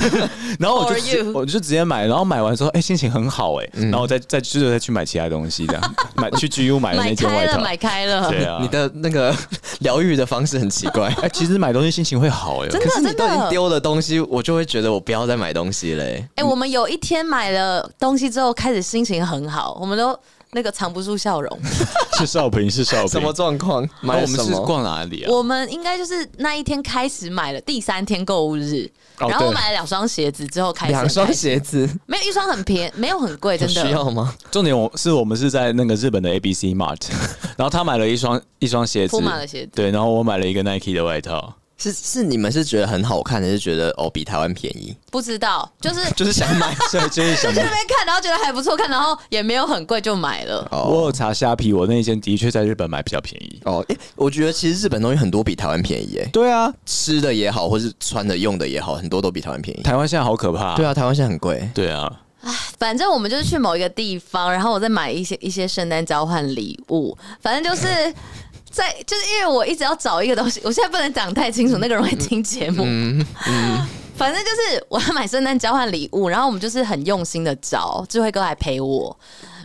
然后我就
For
直
you
我就直接买，然后买完之后，哎、心情很好哎、
嗯
然后再再就是再去买其他东西，这样买去 GU 买了那
买
件
开
外
了，
套，
买呃开了，
对啊，
你的那个 疗愈的方式很奇怪
哎、。其实买东西心情会好哎、
真的
可是你
真
都已经
的。
丢了东西，我就会觉得我不要再买东西嘞、
哎、我们有一天买了东西之后，开始心情很好，我们都那个藏不住笑 容。
是少平是少平，
什么状况？
然
买
后
了
我们
什
是
么？
逛哪里啊？
我们应该就是那一天开始买了，第三天购物日，
哦
然后我
对
买了两双鞋子之后开始
两双
很开心，
鞋子，
没有一双很便宜，没有很贵，
有
真的
需要吗？
重点我是我们是在那个日本的 ABC Mart，然后 他买了一双一双鞋子，
Puma 的鞋子
对，然后我买了一个 Nike 的外套，
是是，你们是觉得很好看，还是觉得哦比台湾便宜？
不知道，就是
就是想 买
所以就是想
就。是那边看，然后觉得还不错看，然后也没有很贵就买了。
我有查虾皮，我那一件的确在日本买比较便宜。
哦，诶、我觉得其实日本东西很多比台湾便宜、耶，
对啊，
吃的也好，或是穿的用的也好，很多都比台湾便宜。
台湾现在好可怕、
对
啊，
啊，台湾现在很贵。
对啊，
反正我们就是去某一个地方，然后我再买一些一些圣诞交换礼物，反正就是。 在就是因为我一直要找一个东西，我现在不能讲太清楚，那个人会听节目。
嗯
反正就是我要买圣诞交换礼物，然后我们就是很用心的找，智慧哥来陪我。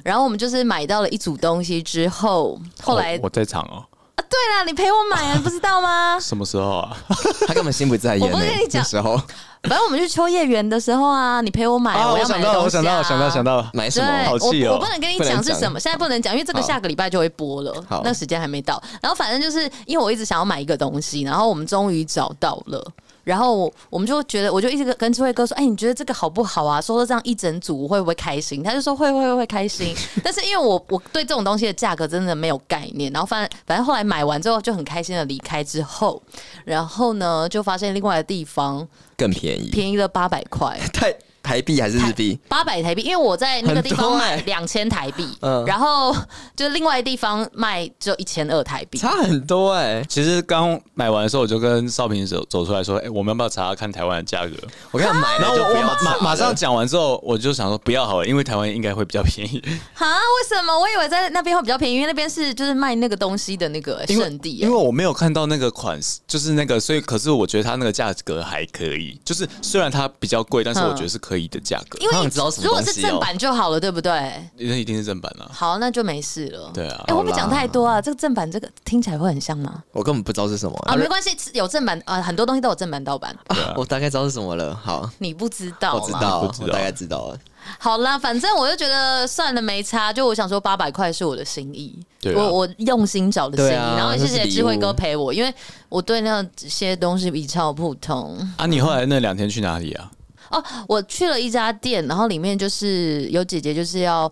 然后我们就是买到了一组东西之后，后来、
哦我在场哦，
啊，对了，你陪我买啊，你不知 道吗？
什么时候啊？
他根本心不在焉、
我不
呢。
是跟你讲
那时候
反正我们去秋叶原的时候啊，你陪我买，
啊，
我
我
要
想
买的
到了，
东
我
西啊
想到了，想到了，想到了，
买什
对，
么？
好气哦
我我不能跟你讲是什么，
不能讲
现在不能讲，因为这个
好
下个礼拜就会播了，
好
那时间还没到。然后反正就是因为我一直想要买一个东西，然后我们终于找到了。然后我我们就觉得，我就一直跟智慧哥说：“哎、你觉得这个好不好啊？收到这样一整组，我会不会开心？”他就说：“会会会会 开心。”但是因为我我对这种东西的价格真的没有概念，然后反反正后来买完之后就很开心的离开之后，然后呢就发现另外的地方
更便宜，
便宜了八百块，
台台币还是日币？
八百台币，因为我在那个地
很
方
多
买
欸
两千台币，
嗯
然后就另外地方卖只有一千二台币。
差很多哎、
其实刚买完的时候，我就跟少平走走出来说：“哎、我们要不要查查看台湾的价格
我跟你讲，买？”
哎
然
了
啊
后
就
我
不
我
要
马
买
马
了
马上讲完之后，我就想说不要好了，因为台湾应该会比较便 宜，
哈，为什么？我以为在那边会比较便宜，因为那边是就是卖那个东西的那个
因为
圣地啊
因为。我没有看到那个款式，就是那个，所以可是我觉得它那个价格还可以，就是虽然它比较贵，但是我觉得是可以的价格，啊
因为
我想
你
知道什么
如果
东
是
西
正
哦
版就好了，对不对？
那一定是正版啊。
好，那就没事了。
对啊
哎，会不
好
会
啦
讲太多啊？这个正版这个听起来会很像吗？
我根本不知道是什么
啊，没关系，有正版啊，很多东西都有正版盗版，
呃啊我大概知道是什么了。好，
你不知道
我
啦
知道，
我不知
我
道
大概知道了。
好啦，反正我就觉得算了，没差。就我想说，八百块是我的心意，
对啊
我我用心找的心意。
对啊
然后也谢
这是
谢
礼物
智慧哥陪我，因为我对那些东西一窍不通。
啊，你后来那两天去哪里啊？
哦，我去了一家店，然后里面就是有姐姐就是要。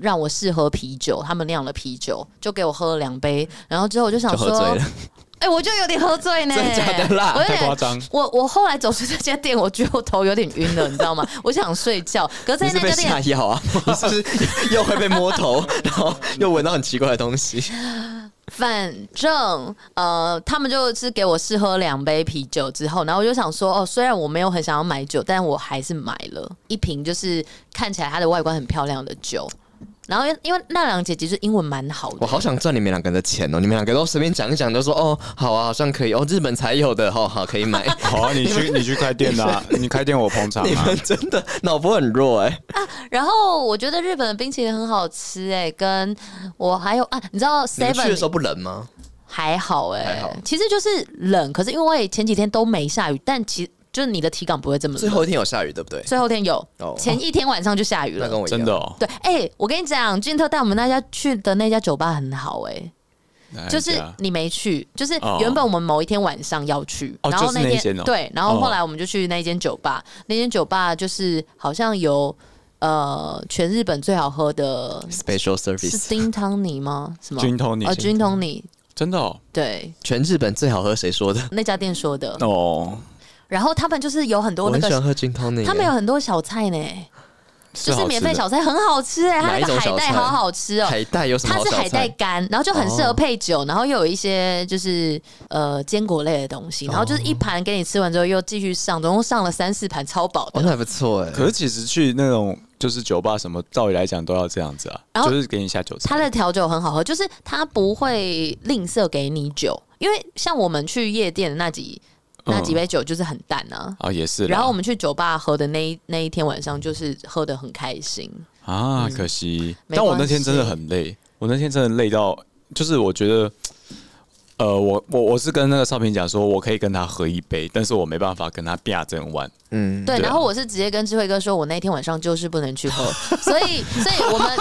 让我试喝啤酒，他们酿了啤酒，就给我喝了两杯，然后之后我就想
就喝
说，
醉了，
哎、我就有点喝醉呢，
真的假的啦
我有点
太夸张
我我后来走出这家店，我觉得我头有点晕了，你知道吗？我想睡觉，可是在
你是
那
被
家店
下药啊？ 你是不是又会被摸头，然后又闻到很奇怪的东 西？
反正呃，他们就是给我试喝两杯啤酒之后，然后我就想说，哦，虽然我没有很想要买酒，但我还是买了一瓶，就是看起来它的外观很漂亮的酒。然后因因为那两姐姐就是英文蛮好的，
我好想赚你们两个人的钱哦！你们两个都随便讲一讲，都说哦，好啊，好像可以哦，日本才有的哦，好可以 买。
好啊，你去你去开店啦、啊，你开店我捧场
你
啊
们。真的脑波很弱哎、
然后我觉得日本的冰淇淋很好吃哎、跟我还有啊，你知道
你们去的
Seven
时候不冷吗？
还好哎、
还好
其实就是冷，可是因为前几天都没下雨，但其就是你的体感不会这么冷。
最后一天有下雨对不对？
最后天有，
哦
前一天晚上就下雨
那
了。
跟我一样
真的哦，
对，哎、我跟你讲，俊特带我们大家去的那家酒吧很好哎、就是
哎
你没去，就是
哦
原本我们某一天晚上要去，
哦
然后
就是那一
天、
间哦
对，然后
哦
后来我们就去那间酒吧，那间酒吧就是好像有呃全日本最好喝的
Special
是
Service，
丁汤尼吗？什么？
君通你
啊，君通尼，
真的哦
对，
全日本最好喝，谁说的？
那家店说的。
哦，
然后他们就是有很
我
多哦那
很喜欢
个，
喝金汤欸尼。
他们有很多小菜呢，就是
好吃
免费
的
小菜，很好吃哎，它
哪一
那个
种
海
小
带
菜
好好吃哦。
海带有什么
它
好
是
小
海带
菜？哦
干，然后就很适合配酒，然后又有一些就是呃坚果类的东
哦
西，然后就是一盘给你吃完之后又继续上，总共上了三四盘，超饱
哦，
的。
那还不错哎、
可是其实去那种就是酒吧什么，照理来讲都要这样子啊，
然后
就是给你下酒菜。
它的调酒很好喝，就是它不会吝啬给你酒，因为像我们去夜店的那几
嗯
那几杯酒就是很淡啊。
啊也是啦，
然后我们去酒吧喝的那一那一天晚上，就是喝的很开心。
啊可惜，
嗯没
但我那
关
天真的
系
很累，我那天真的累到，就是我觉得。呃，我我我是跟那个少平讲说，我可以跟他喝一杯，但是我没办法跟他啪整晚。
嗯，
对，
对啊
然后我是直接跟智慧哥说，我那天晚上就是不能 去喝，所以，所以我们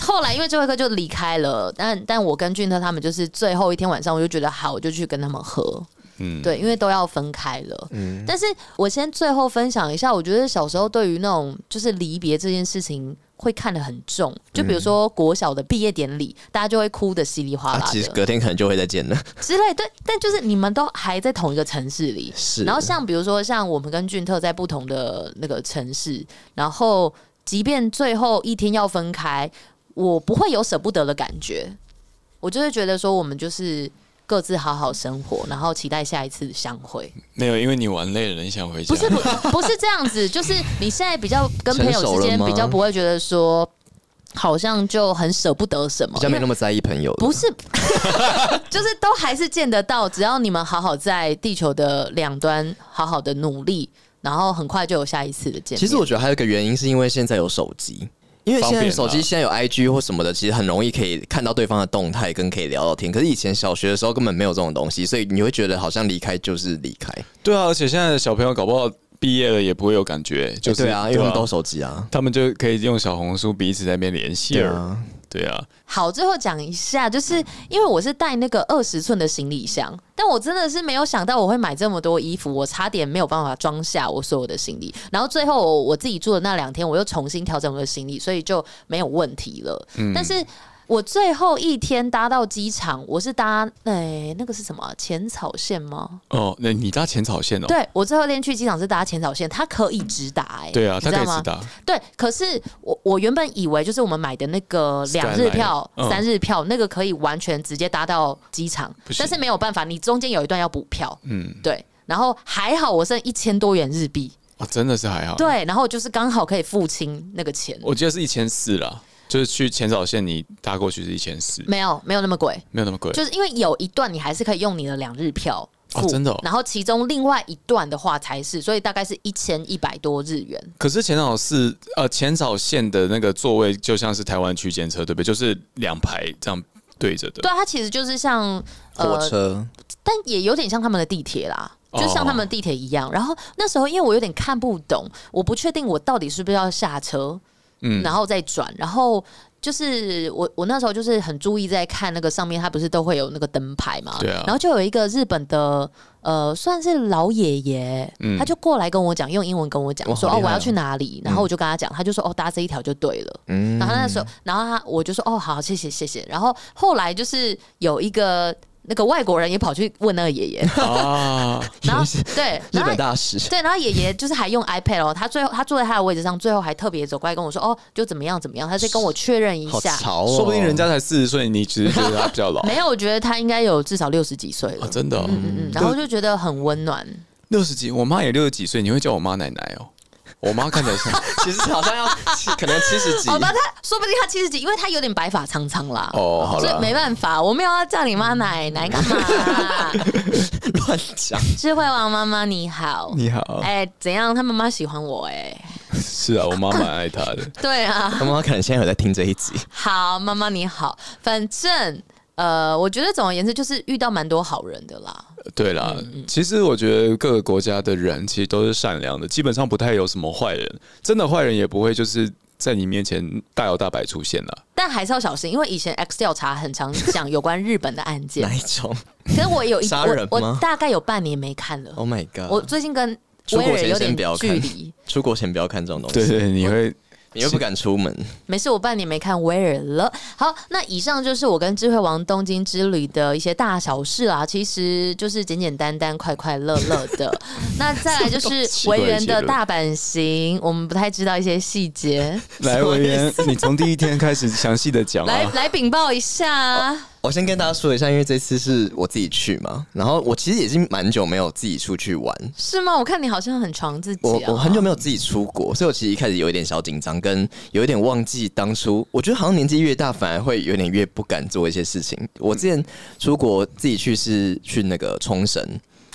后来因为智慧哥就离开了，但但我跟俊特他们就是最后一天晚上，我就觉得好，我就去跟他们喝，
嗯，
对，因为都要分开了。
嗯
但是我先最后分享一下，我觉得小时候对于那种就是离别这件事情。会看得很重，就
嗯
比如说国小的毕业典礼，大家就会哭的稀里哗
啊
啦，的。
其实隔天可能就会再见了。
之类，对，但就是你们都还在同一个城市里，
是
然后像比如说，像我们跟俊特在不同的那个城市，然后即便最后一天要分开，我不会有舍不得的感觉，我就会觉得说，我们就是各自好好生活，然后期待下一次相 会。
没有，因为你玩累了，你想回家。
不是不不是这样子，就是你现在比较跟朋友之
成熟了
间
吗
比较不会觉得说，好像就很舍不得什么，
比较没
因为
那么在意朋友了，
不是， 就是都还是见得到，只要你们好好在地球的两端好好的努力，然后很快就有下一次的见面。
其实我觉得还有一个原因是因为现在有手机，因为现
方
在
便啊
手机现在有 IG 或什么的，其实很容易可以看到对方的动态跟可以聊聊天。可是以前小学的时候根本没有这种东西，所以你会觉得好像离开就是离开。
对啊，而且现在的小朋友搞不好毕业了也不会有感觉，就是、
哎
对啊，因为他们都手机啊。
他们就可以用小红书彼此在那边联系
对
了。
啊，
对啊，
好，最后讲一下，就是因为我是带那个二十寸的行李箱，但我真的是没有想到我会买这么多衣服，我差点没有办法装下我所有的行李。然后最后我我自己住的那两天，我又重新调整我的行李，所以就没有问题了。
嗯
但是。我最后一天搭到机场，我是搭哎、那个是什么啊浅草线吗？
哦，那你搭浅草线哦？
对我最后一天去机场是搭浅草线，它可以直达哎、
对啊，
你
他可
知道
以
吗
直？达。
对，可是我我原本以为就是我们买的那个
Skyline，
两日票、
嗯
三日票，那个可以完全直接搭到机场
不，行
但是没有办法，你中间有一段要补票，
嗯，
对。然后还好，我剩一千多元日币，
哦，真的是还好。，
对，然后就是刚好可以付清那个钱，
我记得是一千四啦，就是去浅草线你搭过去是一千四，
没有没有那么贵，
没有那么贵。
就是因为有一段你还是可以用你的两日票
哦
付，
真的哦
然后其中另外一段的话才是，所以大概是一千一百多日元，
可是浅草寺呃浅草线的那个座位就像是台湾区间车，对不对？就是两排这样对着的。
对啊，它其实就是像
火
呃
车
但也有点像他们的地铁啦，
哦
就像他们的地铁一样。然后那时候因为我有点看不懂，我不确定我到底是不是要下车，
嗯
然后再转，然后。就是我，我那时候就是很注意在看那个上面，它不是都会有那个灯牌嘛？
对啊
然后就有一个日本的，呃，算是老爷爷，
嗯
他就过来跟我讲，用英文跟我讲
哇
说
好
哦
厉害
我要
哦
去哪里，然后我就跟他讲，他就说哦搭这一条就对了。
嗯
然后他那时候，然后他我就说哦好，谢谢谢谢。然后后来就是有一个那个外国人也跑去问那个爷爷，
啊，
然后对，
日
然后
本。大使，
对，然后爷爷就是还用 iPad 哦，他最后他坐在他的位置上，最后还特别走过来跟我说，哦，就怎么样怎么样，他再跟我确认一
好
下。
潮哦，
说不定人家才四十岁，你只是觉得他比较老
没有，我觉得他应该有至少六十几岁
啊，
了，嗯
真的哦。
嗯嗯，然后就觉得很温暖。
六十几，我妈也六十几岁，你会叫我妈奶奶哦？
我妈看起来像， 其实好像要七可能七十几
好吧，他说哦不定他七十几，因为他有点白发苍苍啦。
哦好啦
所以没办法，我没有要叫你妈奶奶干嘛、啊
乱讲。
智慧王妈妈你好，
你
哦
好，
哎、怎样？他妈妈喜欢我哎、
是啊，我妈蛮爱他的。
对啊，
他妈可能现在有在听这一集，
好，妈妈你好，反正呃，我觉得总而言之就是遇到蛮多好人的啦。
对啦，其实我觉得各个国家的人其实都是善良的，基本上不太有什么坏人，真的坏人也不会就是在你面前大摇大摆出现 啦。
但还是要小心，因为以前 X 调查很常讲有关日本的案件
哪，一种
可是我有一
杀人
我
吗
我大概有半年没看了。
？Oh my god！
我最近跟
出
威
国
尔
前
有
先
点
不要
距
看
离，，
出国前不要看这种东西，
对对，你 会
你又不敢出门。
没事，我半年没看威尔了。好，那以上就是我跟智慧王东京之旅的一些大小事啦，其实就是简简单单、快快乐乐 的。那再来就是维园的大阪行，我们不太知道一些细 节，
来
么
文
意
言，你从第一天开始详细的 讲
来
啊。
来禀报一下。
我先跟大家说一下，因为这次是我自己去嘛，然后我其实已经蛮久没有自己出去玩，
是吗？我看你好像很床自己
我
啊。
我很久没有自己出国，所以我其实一开始有一点小紧张，跟有一点忘记当初。我觉得好像年纪越大，反而会有点越不敢做一些事情。我之前出国自己去是去那个冲绳，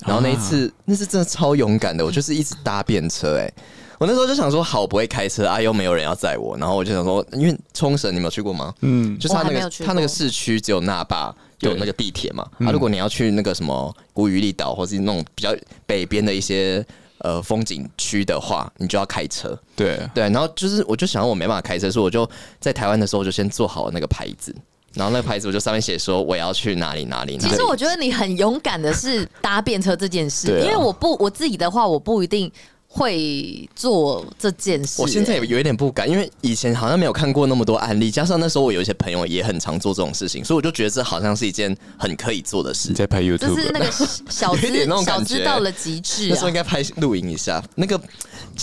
然后那一次、那次真的超勇敢的，我就是一直搭便车、欸，我那时候就想说，好，我不会开车啊，又没有人要载我，然后我就想说，因为冲绳你们有去过吗？
嗯，
就是它
我还
那
没有
个
去过
它那个市区只有那霸
对嗯
有那个地铁嘛，啊，如果你要去那个什么古雨利岛或是那种比较北边的一些呃风景区的话，你就要开车。
对，
对，然后就是我就想我没办法开车，所以我就在台湾的时候我就先做好了那个牌子，然后那个牌子我就上面写说我要去哪里哪里哪
其
里。
实我觉得你很勇敢的是搭便车这件事，
对啊
因为我不我自己的话，我不一定会做这件事、
我现在
欸
有有一点不敢，因为以前好像没有看过那么多案例，加上那时候我有一些朋友也很常做这种事情，所以我就觉得这好像是一件很可以做的事
你。在拍
就
YouTube，啊
是那个 小
有一点那种
资小
感觉
资到了极致
那时候
啊
应。该拍露营一下，那个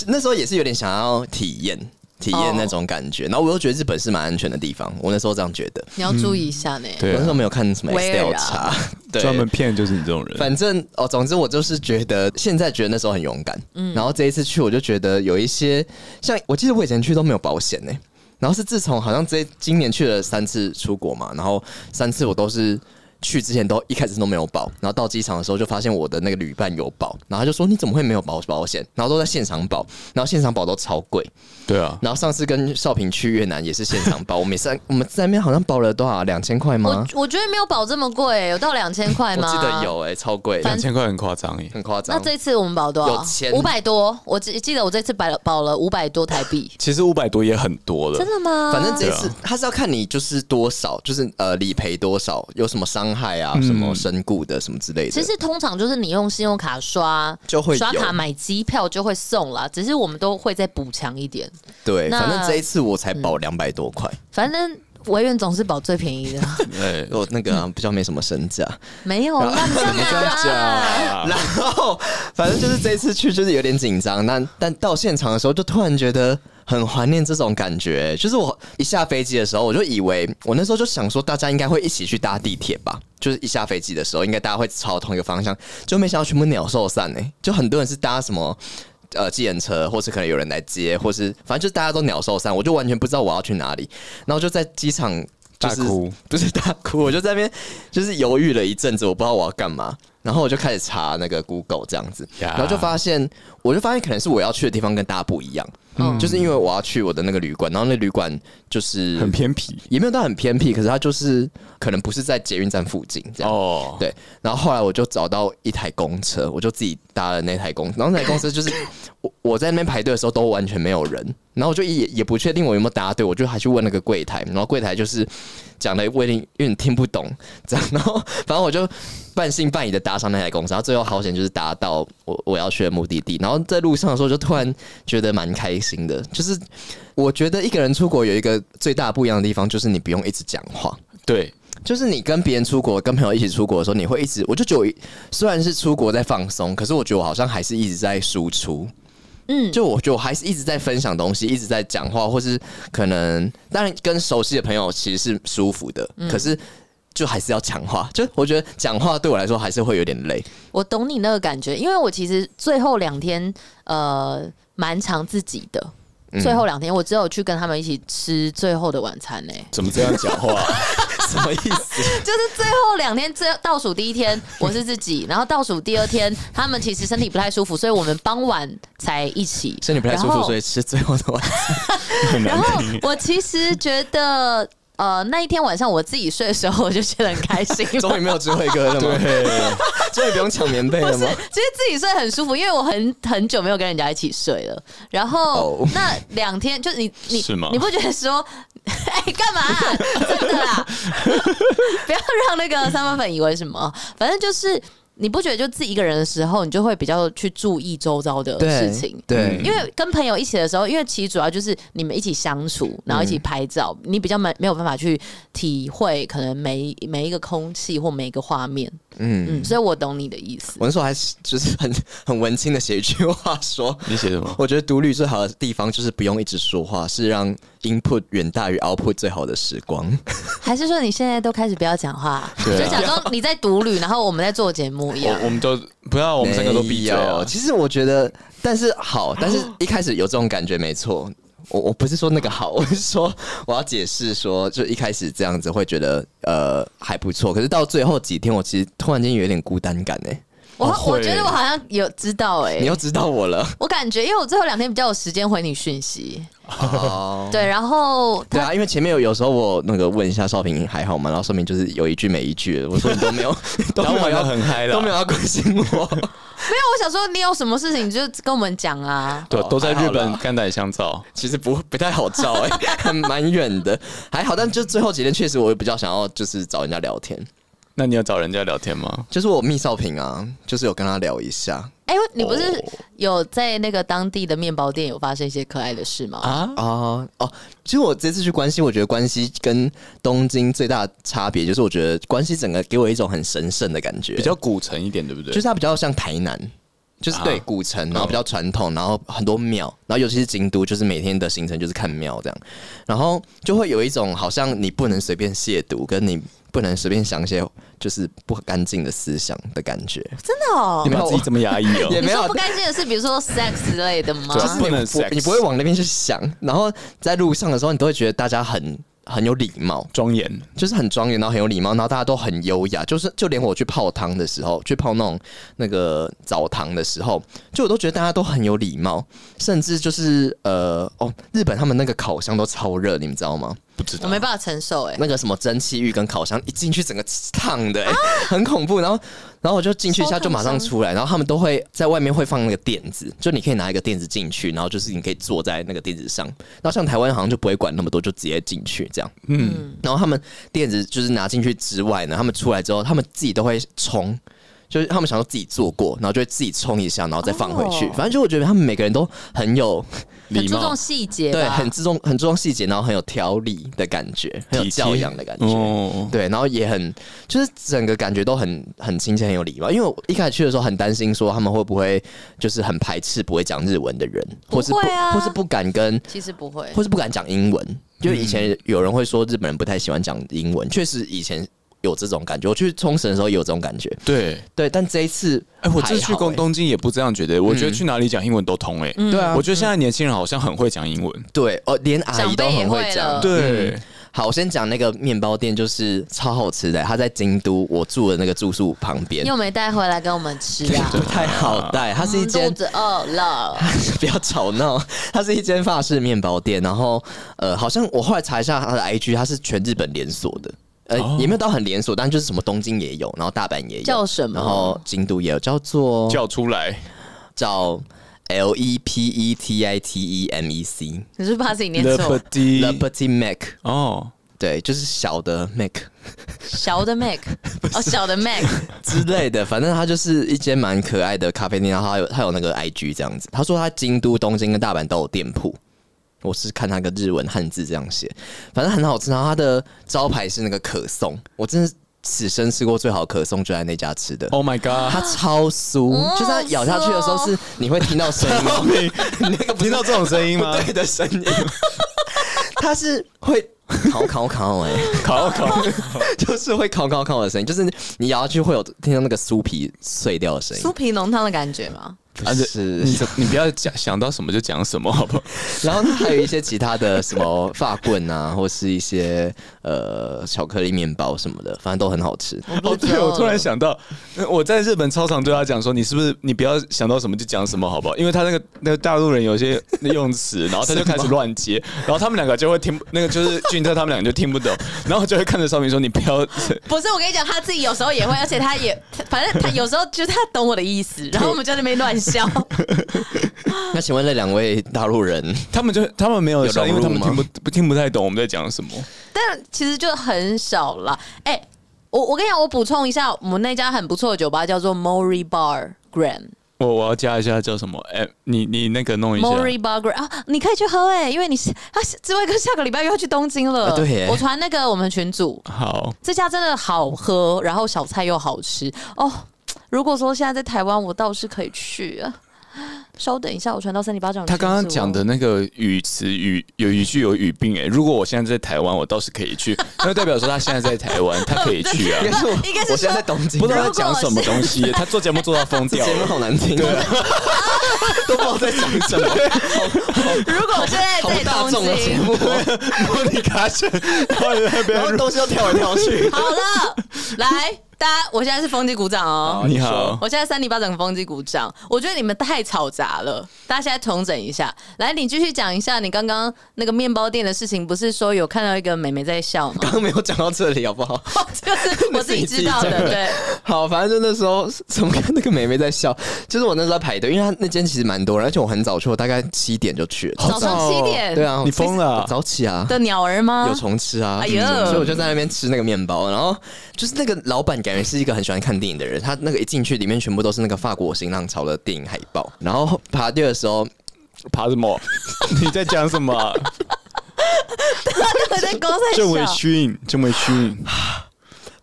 那时候也是有点想要体验体
哦
验那种感觉，然后我又觉得日本是蛮安全的地方，我那时候这样觉得。
你要注意一下呢、
对
我
啊
那时候没有看什么 X
威尔
调
啊
查， 对，
专门骗就是你这种人。
反正哦，总之我就是觉得现在觉得那时候很勇敢，嗯，然后这一次去我就觉得有一些像我记得我以前去都没有保险呢、然后是自从好像这今年去了三次出国嘛，然后三次我都是。去之前都一开始都没有保，然后到机场的时候就发现我的那个旅伴有保，然后他就说你怎么会没有保保险？然后都在现场保，然后现场保都超贵，
对啊，
然后上次跟少平去越南也是现场保，我们也是我们在那边好像保了多少两千块吗
我？我觉得没有保这么贵、有到两千块
我
吗？
记得。有哎、超贵，
两千块很夸张耶。，
很夸张。
那这次我们保多
有
少？
钱
五百多，我记记得我这次保了保了五百多台 币
其实五百多也很多了
真，的吗？
反正这一次
对
他是要看你就是多少，就是呃理赔多少，有什么伤害啊，什么身故的什么之类的。
其实通常就是你用信用卡刷，
就会有
刷卡买机票就会送啦，只是我们都会再补强一点。
对，
那嗯
反正这一次我才保两百多块，
反正维园总是保最便宜的，
哎，
我那个、啊、比较没什么身价。
没有
啊
啦，你干嘛？
啊
然后反正就是这一次去就是有点紧张，那但到现场的时候就突然觉得很怀念这种感觉。就是我一下飞机的时候，我就以为我那时候就想说大家应该会一起去搭地铁吧，就是一下飞机的时候应该大家会朝同一个方向，就没想到全部鸟兽散呢、就很多人是搭什么。呃，计程车，或是可能有人来接，或是反正就是大家都鸟兽散，我就完全不知道我要去哪里，然后就在机场就是
大哭，
不是大哭，我就在那边就是犹豫了一阵子，我不知道我要干嘛，然后我就开始查那个 Google 这样子，
呀
然后就发现，我就发现可能是我要去的地方跟大家不一样，
嗯
就是因为我要去我的那个旅馆，然后那旅馆就是
很偏僻
也没有到很偏僻，可是它就是可能不是在捷运站附近这样。
哦。
对，然后后来我就找到一台公车，我就自己搭了那台公，然后那台公车就是 我我在那边排队的时候都完全没有人，然后我就也也不确定我有没有答对，我就还去问那个柜台，然后柜台就是讲的我有点有点听不懂这样，然后反正我就半信半疑的搭上那台公车，然后最后好险就是搭到我我要去的目的地，然后在路上的时候就突然觉得蛮开心的，就是我觉得一个人出国有一个最大不一样的地方就是你不用一直讲话，
对，
就是你跟别人出国，跟朋友一起出国的时候，你会一直，我就觉得我虽然是出国在放松，可是我觉得我好像还是一直在输出。
嗯，
就我觉得我还是一直在分享东西，一直在讲话，或是可能当然跟熟悉的朋友其实是舒服的，
嗯
可是就还是要讲话。就我觉得讲话对我来说还是会有点累。
我懂你那个感觉，因为我其实最后两天呃蛮常自己的。
嗯
最后两天，我只有去跟他们一起吃最后的晚餐呢、欸
怎么这样讲话、
什么意思？
就是最后两天，最倒数第一天我是自 己，然后倒数第二天他们其实身体不太舒服，所以我们傍晚才一起。
身体不太舒服，所
以
以吃最后 的晚餐。。
很难
然后
听。
我其实觉得，呃，那一天晚上我自己睡的时候，我就觉得很开心
终于没有智慧哥了吗？
对，
终于不用抢棉被了吗？
其实自己睡很舒服，因为我很很久没有跟人家一起睡了。然后、
哦
那两天，就是你你
是吗
你不觉得说， 哎、干嘛啊、 真的啦， 不要让那个三八粉以为什么，反正就是你不觉得就自己一个人的时候，你就会比较去注意周遭的事情。嗯
对，
因为跟朋友一起的时候，因为其实主要就是你们一起相处，然后一起拍照，
嗯
你比较没没有办法去体会可能每每一个空气或每一个画面，
嗯。
嗯，所以我懂你的意思。
我那时候还是就是很很文青的写一句话说，
你写什么？
我觉得独立最好的地方就是不用一直说话，是让 input 远大于 output 最好的时光。
哦
还是说你现在都开始不要讲话，
对啊哦
就假装你在独旅，然后我们在做节目一样
我。我们都不要，我们三个都闭嘴
没
啊
有！其实我觉得，但是 好，但是一开始有这种感觉没错。我我不是说那个好，我 是说我要解释说，就一开始这样子会觉得呃还不错，可是到最后几天，我其实突然间有一点孤单感哎、
我
哦会
我觉得我好像有知道哎、
你又知道 我了
我感觉因为我最后两天比较有时间回你讯息，
哦。
对，然后
对啊，因为前面有有时候我那个问一下少平你还好吗，然后少平就是有一句没一句的，我说你都没有， 都
然
没
后
有
玩
要
的很嗨
都没
了，
有要关心我。
没有，我想说你有什么事情你就跟我们讲啊。
对，都在日
还好
本
啦
肝胆相照。
其实不不太好照哎、还 蛮远的，还好。但就最后几天，确实我也比较想要就是找人家聊天，
那你有找人家聊天吗？
就是我密少平啊，就是有跟他聊一下
哎、你不是
哦
有在那个当地的面包店有发生一些可爱的事吗？
啊，
哦哦。其实我这次去关西，我觉得关西跟东京最大的差别就是，我觉得关西整个给我一种很神圣的感觉，
比较古城一点，对不对？
就是它比较像台南。就是
啊
对古城，然后比较传统，然后很多庙，然后尤其是京都，就是每天的行程就是看庙这样，然后就会有一种好像你不能随便亵渎，跟你不能随便想一些就是不干净的思想的感觉，
真的哦
你，们
没有
自己这么压抑哦、
也
你
没有
说不干净的事，比如说 sex 之类的吗？
对
就是
啊不能
你
sex
你不会往那边去想，然后在路上的时候，你都会觉得大家很很有礼貌，
庄严，
就是很庄严，然后很有礼貌，然后大家都很优雅。就是就连我去泡汤的时候，去泡那种那个澡堂的时候，就我都觉得大家都很有礼貌，甚至就是呃哦，日本他们那个烤箱都超热，你们知道吗？
不知
我
道
没。办法承受哎、
那个什么蒸汽浴跟烤箱一进去，整个烫的、欸很恐怖。然后，然后我就进去一下
啊超烫
就马上
伤
出来，然后他们都会在外面会放那个垫子，就你可以拿一个垫子进去，然后就是你可以坐在那个垫子上。然后像台湾好像就不会管那么多，就直接进去这样。
嗯，
然后他们垫子就是拿进去之外呢，他们出来之后，他们自己都会冲，就是他们想要自己做过，然后就会自己冲一下，然后再放回去。
哦
反正就我觉得他们每个人都很有
很
礼
注
貌
重细节吧，
对，很注重很注重细节，然后很有条理的感觉，很有
体贴
教养的感觉。
哦，
对，然后也很，就是整个感觉都很很亲切，很有礼貌。因为我一开始去的时候很担心，说他们会不会就是很排斥不会讲日文的人，或是
不会啊
或是不敢跟
其实不会
或。是不敢讲英文。就以
嗯
前有人会说日本人不太喜欢讲英文，确实以前有这种感觉。我去冲绳的时候也有这种感觉，
对。
对。但这一次还
哎、
好，
我这次去过
哎
东京也不这样觉得，我觉得去哪里讲英文都通哎、
对啊
我觉得现在年轻人好像很会讲英文，
对哦，连阿姨
长辈
都
也
很
会
会讲
了。
对
嗯好，我先讲那个面包店，就是超好吃的。它在京都我住的那个住宿旁边
你，有没带回来跟我们吃 啊？
不太好带。它是一
嗯肚
间
子饿了。
不要吵闹，它是一间法式面包店，然后呃，好像我后来查一下它的 IG，它是全日本连锁的。呃，
哦
也没有到很连锁，但就是什么东京也有，然后大阪也有，
叫什么
然后京都也有，叫做
叫出来
叫 L E P E T I T E M E C
你是不是怕自己念
The
错？
l e
Petit
Petit Mac，
哦，
对，就是小的 Mac
小 的 Mac，哦，小的 Mac，
之类的，反正它就是一间蛮可爱的咖啡店，然后它有它有那个 IG 这样子。他说他京都、东京跟大阪都有店铺，我是看他个日文汉字这样写，反正很好吃。然后它的招牌是那个可颂，我真是此生吃过最好的可颂就在那家吃的。
Oh my god！
它超酥，就是它咬下去的时候是你会听到声音 哦，你那个不
听
是
到这种声 音吗？
不对的声音，它是 会烤烤烤哎、
考考，
就是会烤烤烤的声音，就是你咬下去会有听到那个酥皮碎掉的声音。
酥皮浓汤的感觉吗？
不是。
你怎你不要讲想到什么就讲什么， 好不好？
然后还有一些其他的什 么发棍啊，或是一些呃巧克力面包什么的，反正都很好吃。
哦，对，我突然想到，呃我在日本操场对他讲说，你是不是你不要想到什么就讲什么，好不好？因为他那个那个大陆人有些用词，然后他就开始乱接，然后他们两个就会听不，那个就是俊特他们两个就听不懂，然后就会看着少明说，你不要，
不是，我跟你讲，他自己有时候也会，而且他也，他反正他有时候就是他懂我的意思，然后我们就在那边乱 笑。
那请问那两位大陆 人，
他们就他们没有
有
笑，
融
因为他们
入
听
吗
不不听不太懂我们在讲什么。
但其实就很少了。哎、我我跟你讲，我补充一下，我们那家很不错的酒吧叫做 Mori Bar Grand。
我我要加一下叫什么？哎、你你那个弄一下。
Mori Bar Grand 啊，你可以去喝哎、因为你是啊，志伟哥下个礼拜又要去东京了。
啊对耶
我传那个我们群组，
好，
这家真的好喝，然后小菜又好吃哦。如果说现在在台湾，我倒是可以去啊。稍等一下，我传到三里八掌。
他刚
哦
刚讲的，那个语词语有语句有语病哎、如果我现在在台湾，我倒是可以去，那就代表说他现在在台湾，他可以去啊。
是我
应该是说
我现在在东京，
不知道他讲什么东西，他做节目做到疯
这
掉
节目
了。
好难听， 都不知道在讲什么，
如果我现在
好
在
大
东
众的节
京，
目，
莫妮卡是，然后在那
然后
边
东西都跳来跳 去。
好了，来，大家，我现在是风纪鼓掌哦。
你好，
我现在三里八掌风机鼓掌，我觉得你们太嘈杂了，大家现在重整一下。来，你继续讲一下你刚刚那个面包店的事情，不是说有看到一个妹妹在笑吗？
刚刚没有讲到这里，好不好？
就是我自己知道的，对，
好，反正就那时候，怎么看那个妹妹在笑？就是我那时候在排队，因为她那间其实蛮多人，而且我很早去，我大概七点就去了。
哦
早上七点，
对啊，
你疯了
我早起啊，
的鸟儿吗
有？虫吃啊，
哎呀
所以我就在那边吃那个面包，然后就是那个老板感觉是一个很喜欢看电影的人，他那个一进去里面全部都是那个法国新浪潮的电影海报，然后排队的时候，
爬什么？你在讲什么啊？
我在公在
郑伟
笑。
勋，郑伟勋，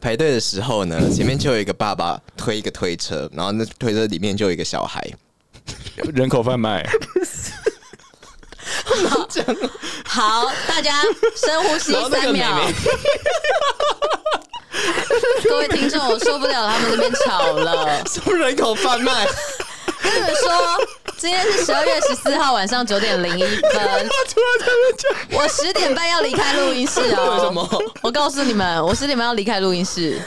排队的时候呢，前面就有一个爸爸推一个推车，然后那推车里面就有一个小孩，
人口贩卖，
好，大家深呼吸
然后那
三
个
秒
妹妹。
各位听众，我受不了他们那边吵了。
什么人口贩卖？
跟你们说，今天是十二月十四号晚上九点零 一分。我十点半要离开录音室哦。
为什么？
我告诉你们，我十点半要离开录音室。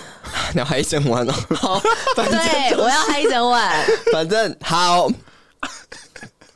然后还一整晚哦， 好，反正
对，我要嗨一整晚。
反正好，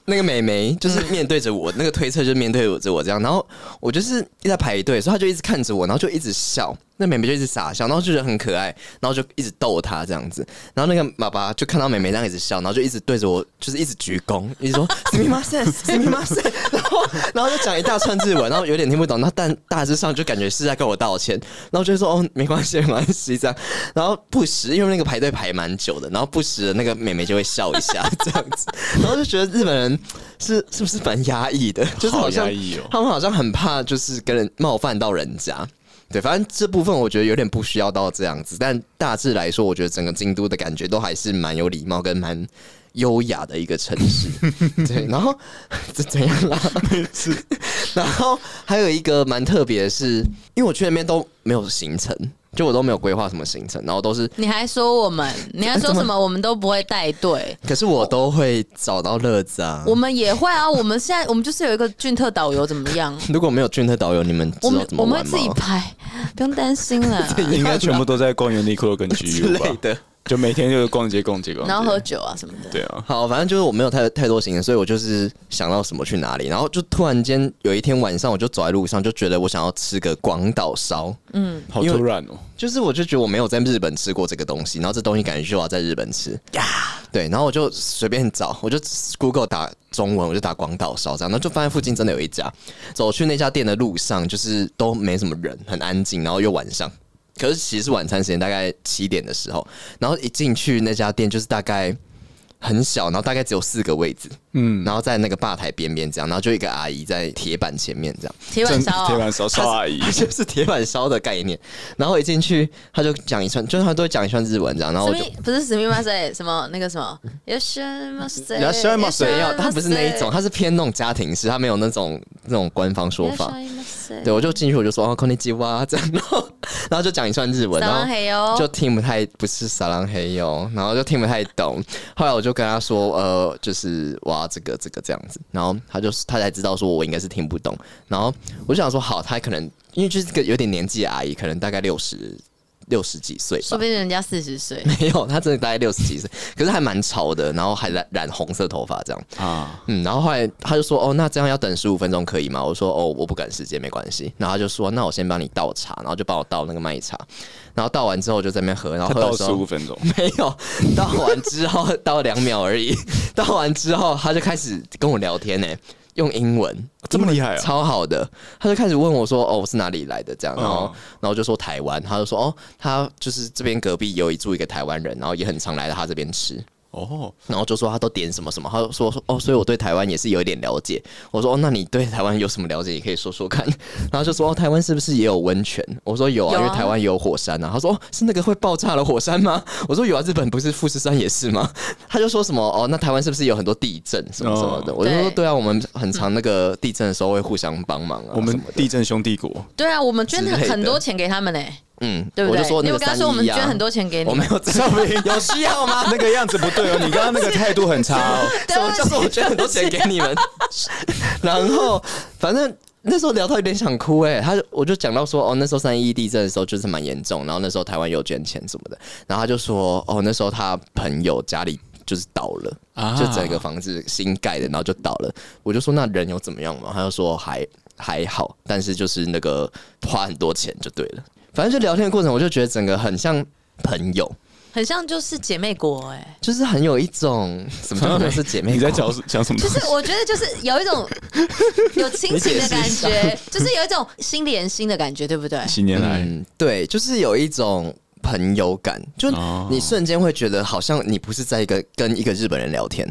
那个美眉就是面对着我，那个推测就面对着我这样，然后我就是一直在排队，所以她就一直看着我，然后就一直笑，那美眉就一直傻笑，然后就觉得很可爱，然后就一直逗她这样子，然后那个爸爸就看到美眉那样一直笑，然后就一直对着我，就是一直鞠躬，一直说“すみません，すみません”，然后然后就讲一大串日文，然后有点听不懂，那但大致上就感觉是在跟我道歉，然后就说哦没关系没关系这样，然后不时因为那个排队排蛮久的，然后不时的那个美眉就会笑 一下这样子，然后就觉得日本人是是不是蛮压抑的，就是
好
好像
压抑哦
他们好像很怕就是跟人冒犯到人家。对，反正这部分我觉得有点不需要到这样子，但大致来说，我觉得整个京都的感觉都还是蛮有礼貌跟蛮优雅的一个城 市。对，然后 这怎样啦？ 然后还有一个蛮特别的是，因为我去那边都没有行程，就我都没有规划什么行程，然后都是，
你还说我们，你还
哎
说什么？我们都不会带队，
可是我都会找到乐子啊。
我们也会啊。我们现在我们就是有一个俊特导游，怎么样？
如果没有俊特导游，你们知
我
道
们
怎么
我们
玩
会自己
吗？
拍，不用担心了。
应该全部都在逛 Uniqlo 跟
之
GU
类
吧？
的。
就每天就是逛街逛街逛街，
然后喝酒啊什么的。
对啊，
好，反正就是我没有太太多行程，所以我就是想到什么去哪里，然后就突然间有一天晚上，我就走在路上，就觉得我想要吃个广岛烧，
好
因为
突然哦，
就是我就觉得我没有在日本吃过这个东西，然后这东西感觉就要在日本吃呀。对，然后我就随便找，我就 Google 打中文，我就打广岛烧这样，然后就发现附近真的有一家。走去那家店的路上，就是都没什么人，很安静，然后又晚上。可是其实是晚餐时间，大概七点的时候，然后一进去那家店就是大概很小，然后大概只有四个位置，嗯，然后在那个吧台边边这样，然后就一个阿姨在铁板前面这样，
铁板烧
铁
哦，
板烧烧阿姨，
它 就是铁板烧的概念。然后一进去，他就讲一串，就是他都会讲一串日文这样，然后
史
我就
密不是史密马塞，什么那个什么，也是马塞，
いらっしゃいませ
没有，他不是那一种，他是偏那种家庭式，他没有那种那种官方说法
いらっしゃい。塞
对，我就进去我就说哦，空尼基哇这样，然后 然后就讲一串日文，
撒
然
浪
后
嘿哟
就听不太不是撒浪嘿哟，然后就听不太懂。后来我就跟他说呃，就是哇这个这个这样子，然后他就他才知道说我应该是听不懂，然后我就想说好，他可能因为就是个有点年纪的阿姨，可能大概六十六十几岁吧
说不。定人家四十 岁，
没有，他真的大概六十几岁，可是还蛮潮的，然后还染染红色头发这样。
啊，
嗯，然后后来他就说：“哦，那这样要等十五分钟可以吗？”我说：“哦，我不赶时间，没关系。”然后他就说：“那我先帮你倒茶。”然后就帮我倒那个麦茶，然后倒完之后我就在那边喝，然后
他
喝
到
的时
十五
候
分钟，
没有，倒完之后倒两秒而已， 倒完之后他就开始跟我聊天呢、欸用英文，
这么厉害啊
英文超好的。他就开始问我说：“哦，我是哪里来的？”这样，然后、
嗯
然后我就说台湾，他就说：“哦，他就是这边隔壁有一住一个台湾人，然后也很常来到他这边吃。”
哦，
然后就说他都点什么什么，他就说哦，所以我对台湾也是有一点了解。我说哦，那你对台湾有什么了解？也可以说说看。然后就说哦，台湾是不是也有温泉？我说有啊，
有啊
因为台湾也有火山啊。他说哦，是那个会爆炸的火山吗？我说有啊，日本不是富士山也是吗？他就说什么哦，那台湾是不是有很多地震什么什么的？我就说
对
对啊，我们很常那个地震的时候会互相帮忙啊。
我们
什么的
地震兄弟国，
对啊，我们捐
之类的
很很多钱给他们嘞、
嗯，
对不对？
我就说
你
那个
有跟他
三
说我们
一啊，
捐很多钱给你
我，没有这样，有需要吗？
那个样子不对哦，你刚刚那个态度很差 哦。
对
什么叫
不起
做我捐很多钱给你们？ 然后反正那时候聊到有点想哭哎、他就我就讲到说哦，那时候三一地震的时候就是蛮严重，然后那时候台湾有捐钱什么的，然后他就说哦，那时候他朋友家里。就是倒了，
啊
就整个房子新盖的，然后就倒了。我就说那人有怎么样嘛？他就说还还好，但是就是那个花很多钱就对了。反正就聊天的过程，我就觉得整个很像朋友，
很像就是姐妹国哎、
就是很有一种什么叫做是姐妹
你在
国
讲讲什么？
就是我觉得就是有 一种有亲情的感觉，就是有一种心连心的感觉，对不对？
新年来，
嗯，对，就是有一种朋友感，就
哦
你瞬间会觉得好像你不是在一个跟一个日本人聊天，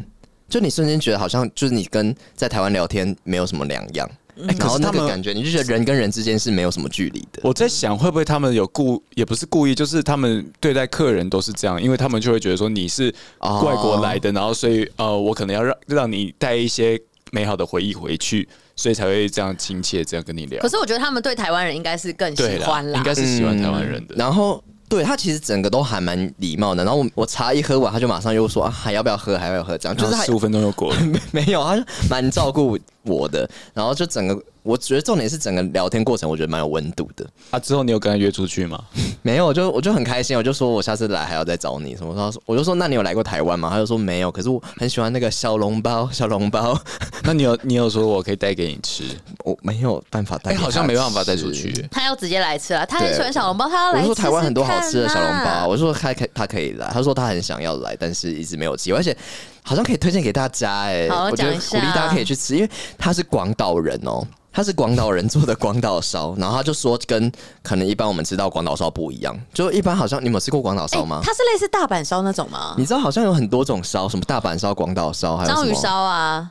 就你瞬间觉得好像就是你跟在台湾聊天没有什么两样，然
哎可
后
是
那
他
个
们
感觉你就觉得人跟人之间是没有什么距离的。
我在想，会不会他们有故，也不是故意，就是他们对待客人都是这样，因为他们就会觉得说你是
哦
外国来的，然后所以呃，我可能要让让你带一些美好的回忆回去，所以才会这样亲切这样跟你聊
啊
可。是我觉得他们对台湾人应该是更
对
喜
啦，
欢啦，
应该是喜欢台湾人的。
嗯然后对他其实整个都还蛮礼貌的，然后我我茶一喝完，他就马上又说啊还要不要喝，还要不要喝这样，就是他
十五分钟就过了，
没有，他就蛮照顾我的，然后就整个我觉得重点是整个聊天过程，我觉得蛮有温度的。
啊，之后你有跟他约出去吗？
没有，我就我就很开心，我就说我下次来还要再找你什么。他说，我就说那你有来过台湾吗？他就说没有，可是我很喜欢那个小笼包， 小笼包，
那你有你有说我可以带给你吃？
我没有办法带
哎、
给他吃、
好像没办法带出去、
他要直接来吃了，他很
对
喜欢小笼包，他要来
我
吃
说
吃看啊。
台湾很多好吃的小笼包，啊我说他可他可以来，他说他很想要来，但是一直没有机会，而且好像可以推荐给大家哎、
好
我觉
讲
得
一
鼓
下
励大家可以去吃，因为他是广岛人哦、他是广岛人做的广岛烧，然后他就说跟可能一般我们吃到广岛烧不一样，就一般好像你有没有吃过广岛烧
哎
吗？嗯
它是类似大阪烧那种吗？
你知道好像有很多种烧，什么大阪烧、广岛烧，还有
章
什
鱼
么
烧。啊，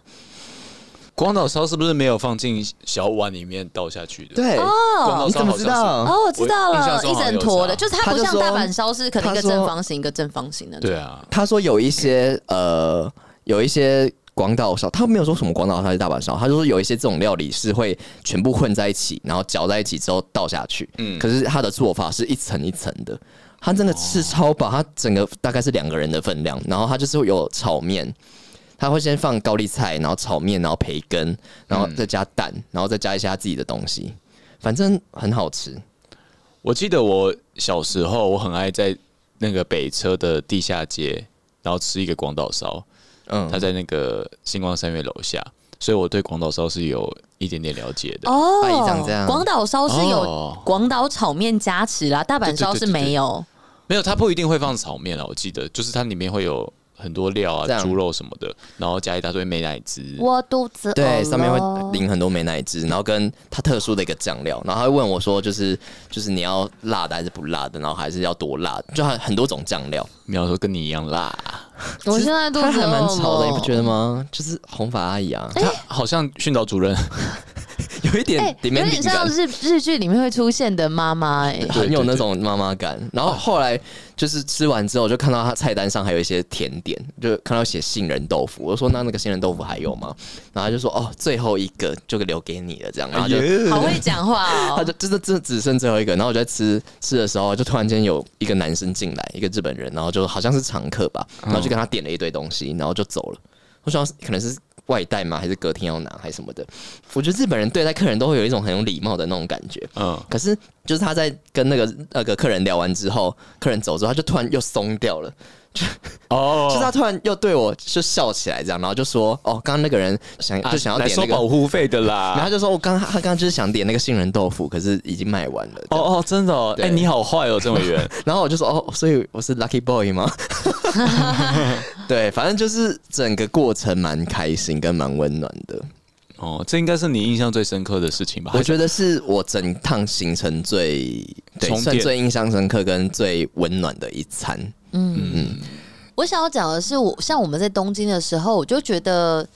广岛烧是不是没有放进小碗里面倒下去的？，
对，
广岛
你
烧
怎么
好
知
像
道？
哦，我知道
我印
了
象，中
一
好像有
整
这
坨的，
样
就是它
他
不
就
像
说
大阪烧是可能一
他
个
说
正方形一个正方形的，
是。对，啊，
他说有一些呃，有一些广岛烧，他没有说什么广岛烧还是大阪烧，他就说有一些这种料理是会全部混在一起，然后搅在一起之后倒下去。嗯，可是他的做法是一层一层的。他真的吃超饱，他整个大概是两个人的分量，然后他就是会有炒面，他会先放高丽菜，然后炒面，然后培根，然后再加蛋，然后再加一些他自己的东西，反正很好吃。
我记得我小时候，我很爱在那个北车的地下街，然后吃一个广岛烧，
嗯，
它在那个星光三月楼下，所以我对广岛烧是有一点点了解的。
哦
阿姨长这样
广岛烧是有
哦
广岛炒面加持啦，大阪烧是没有。
没有，它不一定会放炒面啊，我记得就是它里面会有很多料
这
啊，
样
猪肉什么的，然后加一大堆美乃滋。
我肚子
对，
哦
饿
上面
咯
会淋很多美乃滋，然后跟它特殊的一个酱料，然后他会问我说，就是就是你要辣的还是不辣的，然后还是要多辣，就很很多种酱料。
苗说跟你一样辣，
我现在肚
他
子
还蛮
饿
潮的，你不
了。
哎觉得吗？就是红发阿姨啊，
他好像训导主任，
有一
哎
点，
有
面
点像日日剧里面会出现的妈妈哎，
很有那种妈妈感。然后后来就是吃完之后，就看到他菜单上还有一些甜点，就看到写杏仁豆腐。我说那那个杏仁豆腐还有吗？然后他就说哦，最后一个就留给你了，这样。然后就、
好会讲话
他
哦。
就真的真的只剩最后一个。然后我就在吃吃的时候，就突然间有一个男生进来，一个日本人，然后就好像是常客吧，然后就跟他点了一堆东西，然后就走了。我想可能是。外带吗？还是隔天要拿，还是什么的？我觉得日本人对待客人都会有一种很有礼貌的那种感觉。
嗯，
可是就是他在跟那个那个客人聊完之后，客人走之后，他就突然又松掉了，
哦，
就是他突然又对我就笑起来这样，然后就说：“哦，刚刚那个人想就想要
啊来
点
收
那个。
保护费的啦。
然后他就说：“我刚他刚刚就是想点那个杏仁豆腐，可是已经卖完了。”哦，
哦哦，真的哦，哎、
对
你好坏哦，郑委 员。
然后我就说：“哦，所以我是 lucky boy 吗？” 对，反正就是整个过程蛮开心跟蛮温暖的。
哦，这应该是你印象最深刻的事情吧？
我觉得是我整趟行程最对
充
算
电
最印象深刻跟最温暖的一餐。
我想要讲的是，我像我们在东京的时候，我就觉得。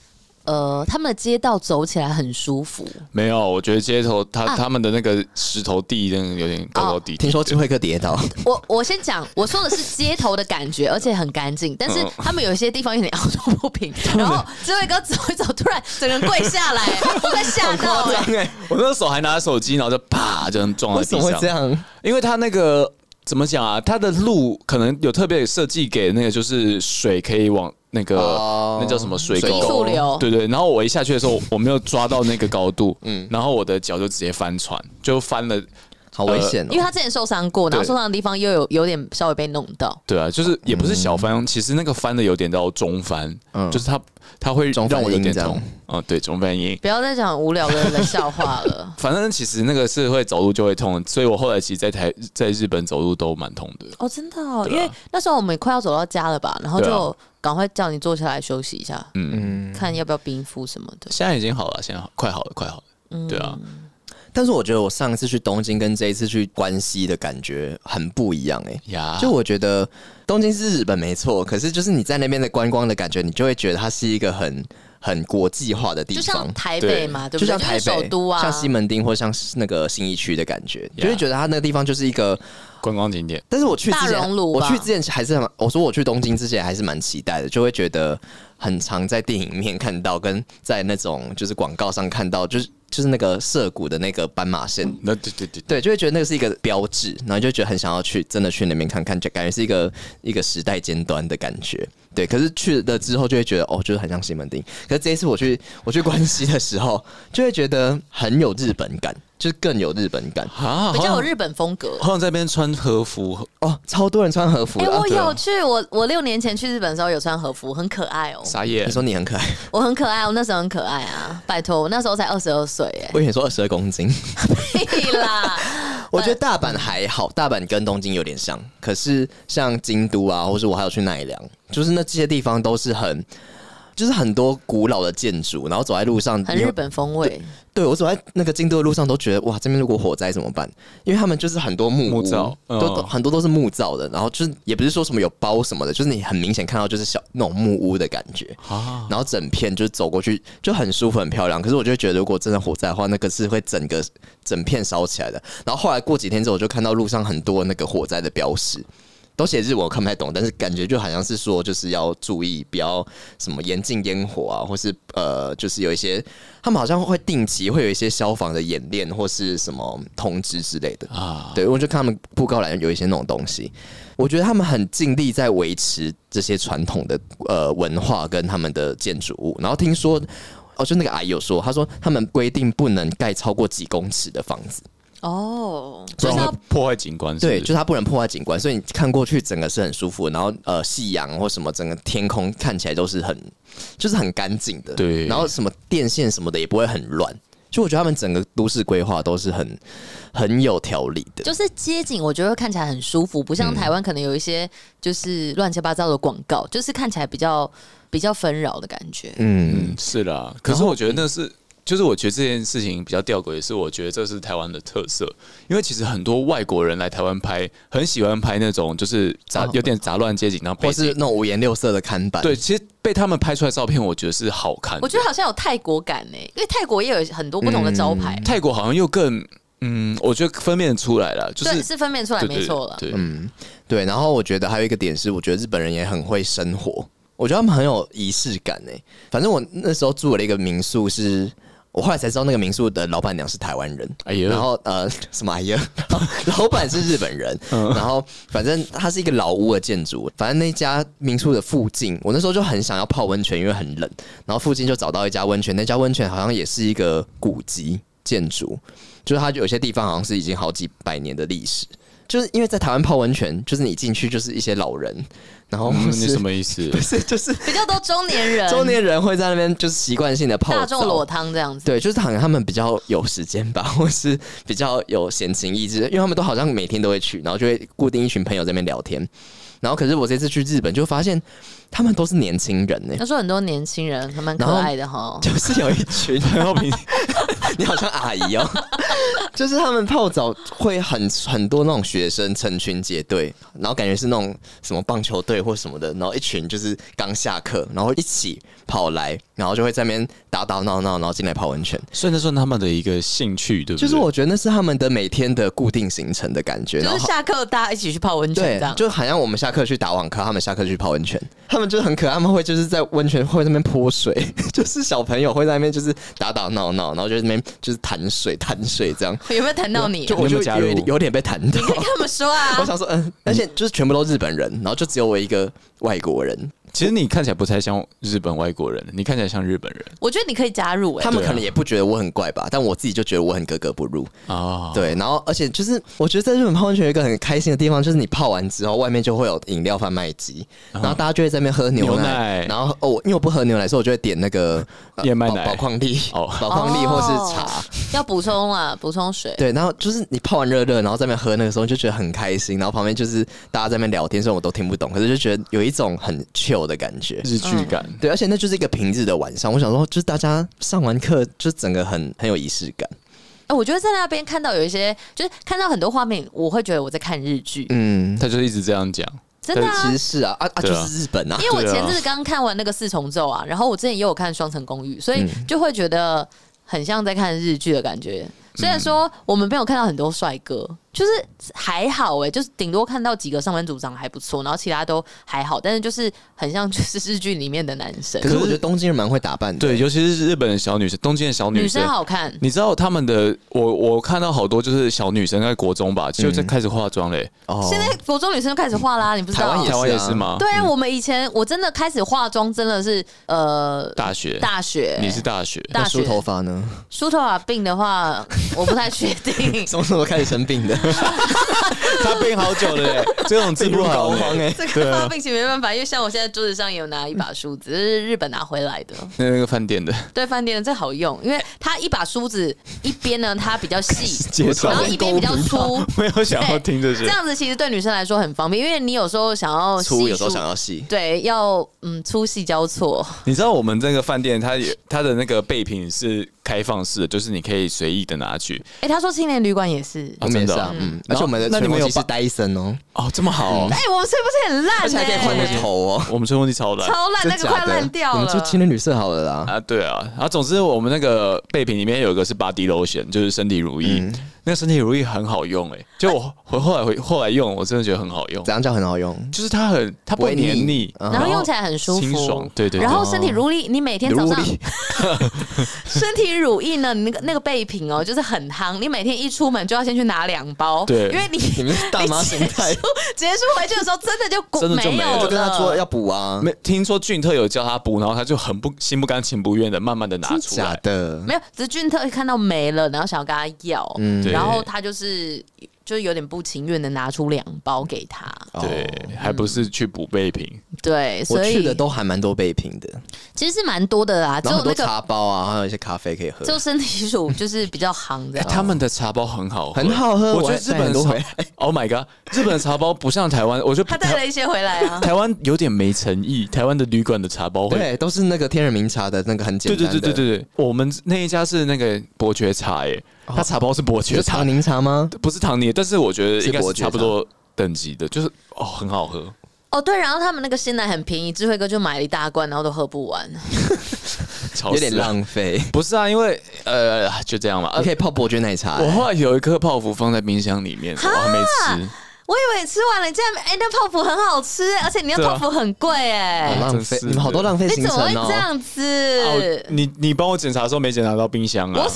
呃，他们的街道走起来很舒服，
没有，我觉得街头他、
啊
他们的那个石头地真的有点高高低低。
听说智慧哥跌倒，
我我先讲，我说的是街头的感觉，而且很干净。但
嗯
是他们有一些地方有点凹凸不 平，然后智慧哥走一走，突然整个人跪下来，我快吓 到 了。
对，
我那手还拿着手机，然后就啪就撞
为
在
什
地
么会
上
这。样？
因为他那个怎么讲啊？他的路可能有特别设计给那个，就是水可以往那个、
哦
那叫什么水
水
沟
溯流
对对。然后我一下去的时候，我没有抓到那个高度，嗯，然后我的脚就直接翻船，就翻了。
好危险
呃因为
哦！
他之前受伤过，然后
对
受伤的地方又有有点稍微被弄到。
对啊，就是也不是小翻，其实那个翻的有点到中翻，
嗯
就是它它会
中翻
让我有点
音这样
痛。嗯，对，中翻音。。
不要再讲无聊的冷笑话 了
反正其实那个是会走路就会痛的，所以我后来其实在台在日本走路都蛮痛的。
哦，真的哦，
啊
因为那时候我们快要走到家了吧，然后
对啊
就赶快叫你坐下来休息一下，
嗯，
看要不要冰敷什么的。
现在已经好了，现在好快好了，快好了。
嗯
对啊，
但是我觉得我上一次去东京跟这一次去关西的感觉很不一样哎、
啊
呀，
就我觉得东京是日本没错，可是就是你在那边的观光的感觉，你就会觉得它是一个很很国际化的地
就
方
像。台北嘛，对不
就像
对？
台
是
北、
首都啊，
像西门町或像那个信义区的感觉就会觉得它那个地方就是一个
观光景点。
但是我去之
大
前，
熔炉
我
吧
去之前还是很，我说我去东京之前还是蛮期待的，就会觉得很常在电影里面看到，跟在那种就是广告上看到，就是就是那个涩谷的那个斑马线，
那对对对对，
对，就会觉得那个是一个标志，然后就觉得很想要去，真的去那边看看，就感觉是一个一个时代尖端的感觉。对，可是去了之后就会觉得哦，就是很像西门町。可是这一次我去我去关西的时候，就会觉得哦很有日本感，就是更有日本感
啊，
比较有
好像
日本风格。
好像在那边穿和服，
哦，超多人穿和服啊
哎、
的。
我
对
有去，我我六年前去日本的时候有穿和服，很可爱哦，
啥耶
你？说你很可 爱，
我很可爱，我那时候很可爱啊，拜托，我那时候才二十二岁耶，
我以前说二十二公斤，
屁啦，
我
嗯
觉得大阪还好，大阪跟东京有点像，可是像京都啊，或是我还有去奈良，就是那这些地方都是很，就是很多古老的建筑，然后走在路上，
很
你会
日本风味。
对我走在那个京都的路上，都觉得哇，这边如果火灾怎么办？因为他们就是很多木
木
屋
造
都、
嗯
都很多都是木造的，然后就是也不是说什么有包什么的，就是你很明显看到就是小那种木屋的感觉，
啊
然后整片就是走过去就很舒服很漂亮。可是我就觉得，如果真的火灾的话，那个是会整个整片烧起来的。然后后来过几天之后，我就看到路上很多那个火灾的标识。都写日文，我看不太懂，但是感觉就好像是说，就是要注意，不要什么严禁烟火啊，或是呃，就是有一些他们好像会定期会有一些消防的演练或是什么通知之类的。
啊，
对，我就看他们布告栏有一些那种东西，我觉得他们很尽力在呃维持这些传统的呃文化跟他们的建筑物。然后听说，哦，就那个阿姨有说，她说他们规定不能盖超过几公尺的房子，
哦，
不
就
然
是
会
要
破坏景观。是不
对，
是
就是它不能破坏景观，所以你看过去整个是很舒服，然后呃，夕阳或什么，整个天空看起来都是很，就是很干净的，
对
然后什么电线什么的也不会很乱，就我觉得他们整个都市规划都是很很有条理的，
就是街景，我觉得看起来很舒服，不
嗯
像台湾可能有一些就是乱七八糟的广告，就是看起来比较比较纷扰的感觉。
嗯，
嗯是啦。可是我觉得那是就是我觉得这件事情比较吊诡，的是我觉得这是台湾的特色，因为其实很多外国人来台湾拍，很喜欢拍那种就是杂有点杂乱街景，然后背
或是
景
那种五颜六色的看板，
对，，其实被他们拍出来的照片，我觉得是好看的。
我觉得好像有泰国感呢、因为泰国也有很多不同的招牌，
嗯
泰国好像又更嗯，我觉得分辨出来了，就是
对，是分辨出来
对对
没错了。
对，
嗯，对。然后我觉得还有一个点是，我觉得日本人也很会生活，我觉得他们很有仪式感诶、反正我那时候住了一个民宿是。我后来才知道，那个民宿的老板娘是台湾人。
哎呦
然后呃，什么哎呀， 老板是日本人。
嗯
然后反正它是一个老屋的建筑，反正那家民宿的附近，我那时候就很想要泡温泉，因为很冷。然后附近就找到一家温泉，那家温泉好像也是一个古籍建筑，就是它有些地方好像是已经好几百年的历史。就是因为在台湾泡温泉，就是你进去就是一些老人，然后
嗯
或
你
是
什么意思？
是就是
比较多中年人，
中年人会在那边就是习惯性的泡
大众裸
澡，
汤这样子。
对，就是好像他们比较有时间吧，或是比较有闲情逸致，因为他们都好像每天都会去，然后就会固定一群朋友在那边聊天。然后可是我这次去日本就发现他们都是年轻人欸呢、
他说很多年轻人还蛮可
然后
爱的哈，
就是有一群朋友比 你好像阿姨哦， 就是他们泡澡会很很多那种学生成群结队，然后感觉是那种什么棒球队或什么的，然后一群就是刚下课，然后一起跑来，然后就会在那边打打闹闹，然后进来泡温泉。
算得算他们的一个兴趣，对不对？
就是我觉得那是他们的每天的固定行程的感觉，
就
然后
是下课大家一起去泡温泉
对
这样，。
就好像我们下课去打网咖，他们下课去泡温泉，他们就是很可爱，他们会就是在温泉会在那边泼水， 就是小朋友会在那边就是打打闹闹，然后就在那边就是弹水弹水这样，
有没有谈到你？
就
你
我
你有
就
没有加
有
入
点有点被弹到。
可以跟他们说
我
啊，
想说，嗯，而且就是全部都日本人，然后就只有我一个外国人，
其实你看起来不太像日本外国人，你看起来像日本人
我觉得你可以加入哎、
他们
对啊
可能也不觉得我很怪吧，但我自己就觉得我很格格不入。
啊。
对，然后而且就是，我觉得在日本泡温泉有一个很开心的地方，就是你泡完之后，外面就会有饮料贩卖机，然后大家就会在那边喝牛奶，
嗯牛奶
然后哦，我因为我不喝牛奶，所以我就会点那个、呃
燕麦
宝
奶
宝矿力、
哦
宝矿力或是茶。
哦要补充啊，补充水。
对，然后就是你泡完热热，然后在那边喝那个时候就觉得很开心，然后旁边就是大家在那边聊天，虽然我都听不懂，可是就觉得有一种很 chill 的感觉。
日剧感，
对，而且那就是一个平日的晚上，我想说，就是大家上完课，就整个很很有仪式感。
哎、我觉得在那边看到有一些，就是看到很多画面，我会觉得我在看日剧，
嗯，
他就是一直这样讲。
真的、啊
其实。是啊，啊啊，
对
就
啊
是日本啊
因为我
对啊
前阵子刚看完那个《四重奏》啊，然后我之前也有看《双层公寓》，所以就会觉得很像在看日剧的感觉。虽然说我们没有看到很多帅哥，就是还好哎、就是顶多看到几个上班族长得还不错，然后其他都还好，但是就是很像 就是日剧里面的男生
可，是我觉得东京人蛮会打扮的，
对，，尤其是日本的小女生，东京的小
女
女生哦
生，好看。
你知道他们的，我我看到好多就是小女生在国中吧，就在开始化妆嘞、
哦
现在国中女生就开始化啦，你不知道？
台湾也是啊
台湾也是吗？
对啊，我们以前我真的开始化妆，真的是呃
大学，
大学，
你是大学，
大
那
学
梳头发呢？。
梳头发病的话，我不太确 定
什么时候开始生病的？
他病好久了、嘞， 这种治不好、
病入膏肓
欸
欸。
这个 发病其实没办法，因为像我现在桌子上也有拿一把梳子，这是日本拿回来 的，
那那个饭店的
对饭店的这好用，因为它一把梳子一边呢它比 较细
介，绍
然后一边比较粗，
没有想要
对
听这
这
些，
样子其实对女生来说很方便，因为你有时候想要细
粗有时候
梳
想要细，
对要嗯粗细交错，
你知道我们这个饭店，它也它的那个备品是开放式的，就是你可以随意的拿去。
哎、他说青年旅馆也是。
哦
我们也是
真的
啊
哦，
嗯，
然后
而且我们的
那你
吹
们
风
有
机是
把
戴森哦，
哦，这么好、哦
哎、我们吹风机很烂、欸，
而且还可以换个头哦，
我们吹风机超烂，
超烂，那个快烂掉
我
了。
们就情人旅社好了啦。
啊，对啊，啊，总之我们那个备品里面有一个是 body lotion，就是身体乳液，那个身体乳液很好用哎、就我我后来回后来用，我真的觉得很好用
怎，样叫很好用？
就是它很它不会
不会
黏
腻
腻，
嗯
然后用起来很舒服，
清爽，对对对
然后
哦
身体乳液，你每天早上
乳液
身体乳液呢，你那个那个备品哦，就是很夯，你每天一出门就要先去拿两包，
对
因为你
你们是大妈心态
结束结束回去的时候，真的就
真的就没
没
了
有
就
就跟他说
了
要补啊，
没听说俊特有叫他补，然后他就很不心不甘情不愿的慢慢的拿
真
出
假
来，
的
没有，只是俊特看到没了，然后想要跟他要，
嗯
对
然后他就是就是有点不情愿的拿出两包给他。
对，还不是去补备品。
对，
我
所
去
以
的都还蛮多备品的，
其实是蛮多的啦，只
然后
有
很多
那个
茶包啊，还有一些咖啡可以喝
只。有身体乳就是比较行 的
哎，。他们的茶包很好喝，
很好喝
我觉
我
得
还
日
带
本
很多
茶
回来
Oh my god，日本的茶包不像台湾，我觉
他
得
带
台
了一些回来啊，
台湾有点没诚意。台湾的旅馆的茶包会，
对，都是那个天人名茶的那个很简
对
单
对
的，
对对对
对，
对，我们那一家是那个伯爵茶，耶，它茶包是伯爵
哦是
茶
长，宁茶吗？
不是糖泥，但是我觉得
是
应该是
伯爵
差不多等级的，就是哦，很好喝。
哦对，然后他们那个鲜奶很便宜，智慧哥就买了一大罐，然后都喝不完。
吵
有
死
点
了
浪费。
不是啊，因为呃，就这样嘛。
你
呃
可以泡伯爵奶茶、
我
欸
后来有一颗泡芙放在冰箱里面，我还没吃。
我以为你吃完了，你竟然哎、那泡芙很好吃，而且你那
对啊
泡芙很贵哎、
好浪
真
费，
是的
你们好多浪费
你
行
哎怎么会
程
这
哦。
样子？
哦，你你帮我检查的时候没检查到冰箱啊
我？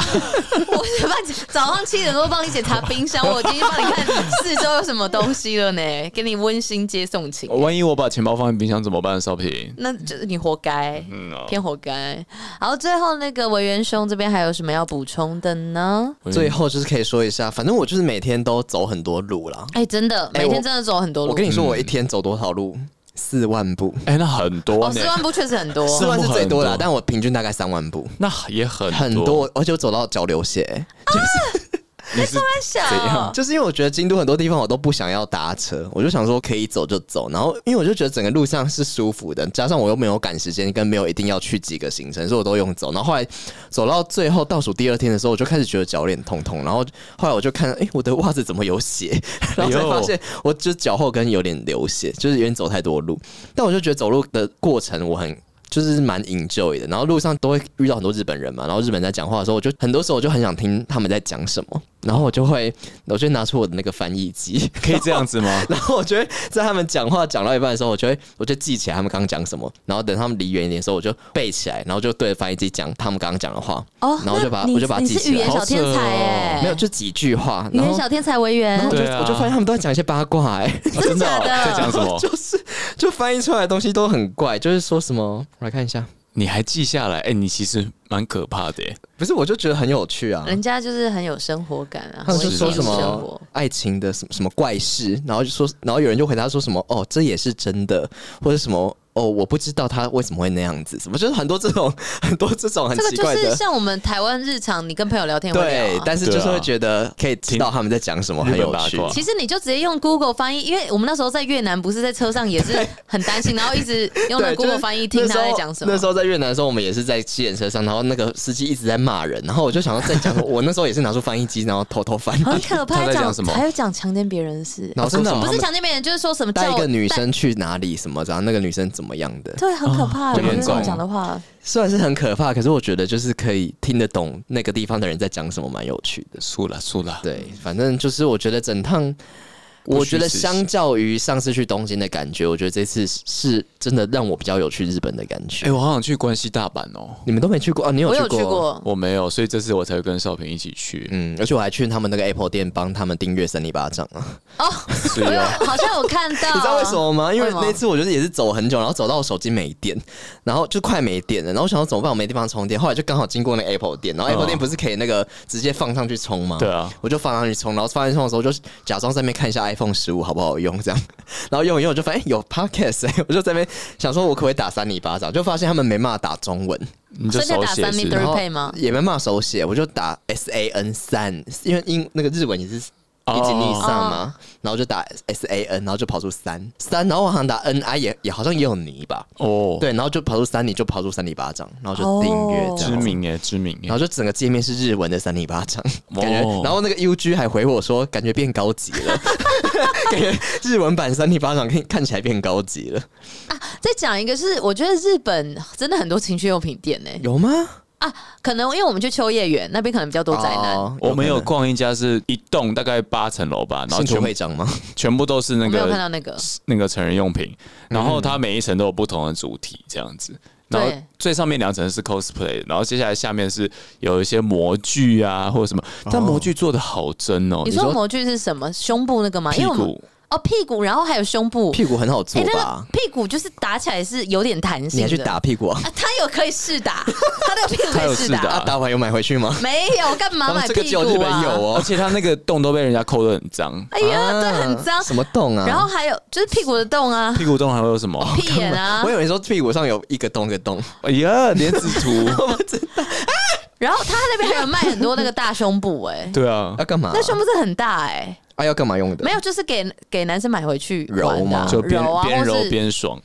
我是 帮你早上七点多帮你检查冰箱，我今天帮你看四周有什么东西 了呢，给你温馨接送情。
万一我把钱包放在冰箱怎么办，少平？
那就是你活该，
嗯哦
偏活该。然后最后那个维元兄这边还有什么要补充的呢？
最后就是可以说一下，反正我就是每天都走很多路啦。
哎、真的，
哎
每天
我
真的走很
哦
多路。
我跟你说，我一天走多少路？
嗯
四万步，
哎、那很多
哦，
呢、
四万步确实很多。
四万是最多
很多
啦，但我平均大概三万步，
那也很
很
多。
多，而且我走到脚流血，欸
你是
小
怎样
就是因为我觉得京都很多地方我都不想要搭车，我就想说可以走就走，然后因为我就觉得整个路上是舒服的，加上我又没有赶时间，跟没有一定要去几个行程，所以我都用走。然后后来走到最后倒数第二天的时候，我就开始觉得脚有点痛痛，然后后来我就看，哎、我的袜子怎么有血？ 然后才发现 我就脚后跟有点流血，就是有点走太多路。但我就觉得走路的过程我很。就是蛮 enjoy 的，然后路上都会遇到很多日本人嘛，然后日本人在讲话的时候，我就很多时候我就很想听他们在讲什么，然后我就会，我就会拿出我的那个翻译机，
可以这样子吗？
然后我就会在他们讲话讲到一半的时候，我就会我就记起来他们刚刚讲什么，然后等他们离远一点的时候，我就背起来，然后就对着翻译机讲他们刚刚讲的话，
哦，
然后我就把我就把它
你
记
是
起
语
来哦
言，小天才哎、
没有就几句话，
语
然
言
后嗯
小天才维园
然后我，就、
对啊
我就发现他们都在讲一些八卦、哎，
哦
真的假
哦
的
在 讲什么？
就是就翻译出来的东西都很怪，就是说什么，我来看一下，
你还记下来？哎、你其实蛮可怕的、耶
不是我就觉得很有趣啊，
人家就是很有生活感啊。
他们就
维园
说什
嗯有生活
么爱情的什么什么怪事，然后就说，然后有人就回答说什么哦，这也是真的，或者什么哦，我不知道他为什么会那样子，什么就是很多这种 很多这种很
这个
奇
就
怪
是
的，
像我们台湾日常，你跟朋友聊天会聊、
对
啊，。
但是就是
对啊
会觉得可以知道他们在讲什么，
听
很有
日本
趣
八。卦
其实你就直接用 Google 翻译，因为我们那时候在越南，不是在车上 也是很担心，然后一直用那
对，就是
Google 翻译听
那时
他
候
在讲什么
那时。候在越南的时候，我们也是在汽车车上，然后那个司机一直在骂人，然后我就想要再讲，我那时候也是拿出翻译机，然后偷偷翻译。
很可
他在
怕，还
讲
讲
什么
还有讲强奸别人的事，
然后说什么他
不是
们
强奸别人，就是说什么
带
叫
一
我
个女，生去哪里什么的，然后那个女生怎么样的，
对，很可
哦
怕。
就
我
很
觉得这种
重
讲的话，
虽然是很可怕，可是我觉得就是可以听得懂那个地方的人在讲什么，蛮有趣的。
输了，输了。
对，
嗯
反正就是我觉得整趟，
不
我
虚
觉
此行
得相较于上次去东京的感觉，我觉得这次是是真的让我比较有去日本的感
哎、
觉。
我好想去关西大阪哦、
你们都没去过啊？你有
我
去
有
过？
去过，
我没有，所以这次我才会跟少平一起去。
嗯，而且我还去他们那个 Apple 店帮他们订阅《神力巴掌》啊，
哦，
所
我
以
有
啊，
好像有看到，
你知道为什么吗？因为
为什么
那次我就是也是走很久，然后走到我手机没电，然后就快没电了，然后我想要怎么办？我没地方充电，后来就刚好经过那个 Apple 店，然后 Apple
嗯
店不是可以那个直接放上去充吗？
对啊，
我就放上去充，然后放上去充的时候，我就假装在那边看一下 iPhone 十五好不好用这样， 然后用一用我就发现、哎有 Podcast，、哎我就在那边想说我可不可以打三里巴掌，就发现他们没办法打中文，
你就
所以
手
打
写
三米
是
d
不是
r
后
pay 吗？
哦也没办法手写，我就打 S A N 三，因为英那个日文也是。
哦
一级逆上
哦
嘛然后就打 S A N，然后就跑出三三，然后我好像打 N I 也也好像也有泥吧，
哦，
对，然后就跑出三里就跑出三里巴掌，然后就订阅
哦
这
知
样子
名哎，知名
然
哎
后，就整个界面是日文的三里巴掌，
哦
感觉，然后那个 UG 还回我说，感觉变高级 了，感觉日文版三里巴掌看看起来变高级了，
再讲一个是，我觉得日本真的很多情趣用品店呢、
有吗？
啊，可能因为我们去秋叶原那边可能比较多宅男，
哦
我们有
可
逛一家是一栋大概八层楼吧，然后
能信徒
全部
会长吗？
全部都是那
我没有看到
个哦
那个。
那个成人用品，然后它每一层都有不同的主题这样子。然后
嗯对
最上面两层是 cosplay，然后接下来下面是有一些模具啊或者什么，但模具做的好真哦，
你说模具是什么？胸部那个吗？因
屁
为我们
股
哦，屁股，然后还有胸部，
屁股很好做
哎那
吧
个？屁股就是打起来是有点弹性的。
你还去打屁股啊？
啊？他有可以试打，他的屁股可以试
他有试打
打，
啊，打完有买回去吗？
没有干嘛买
这个
屁
只
股
有
啊？
日本有
而
哦。
且他那个洞都被人家抠得很脏，
哎呀，
啊
对，很脏。
什么洞啊？
然后还有就是屁股的洞啊，
屁股洞还会有什么？
屁眼啊
我，以为你说屁股上有一个洞一个洞，
哦哎呀，莲子图，
然后他那边还有卖很多那个大胸部，哎，
对啊
要，干嘛？
那胸部是很大哎。
啊要干嘛用的？
没有，就是给给男生买回去玩
揉
的啊、
吗
就边
揉啊，
边
或
揉
是
边爽。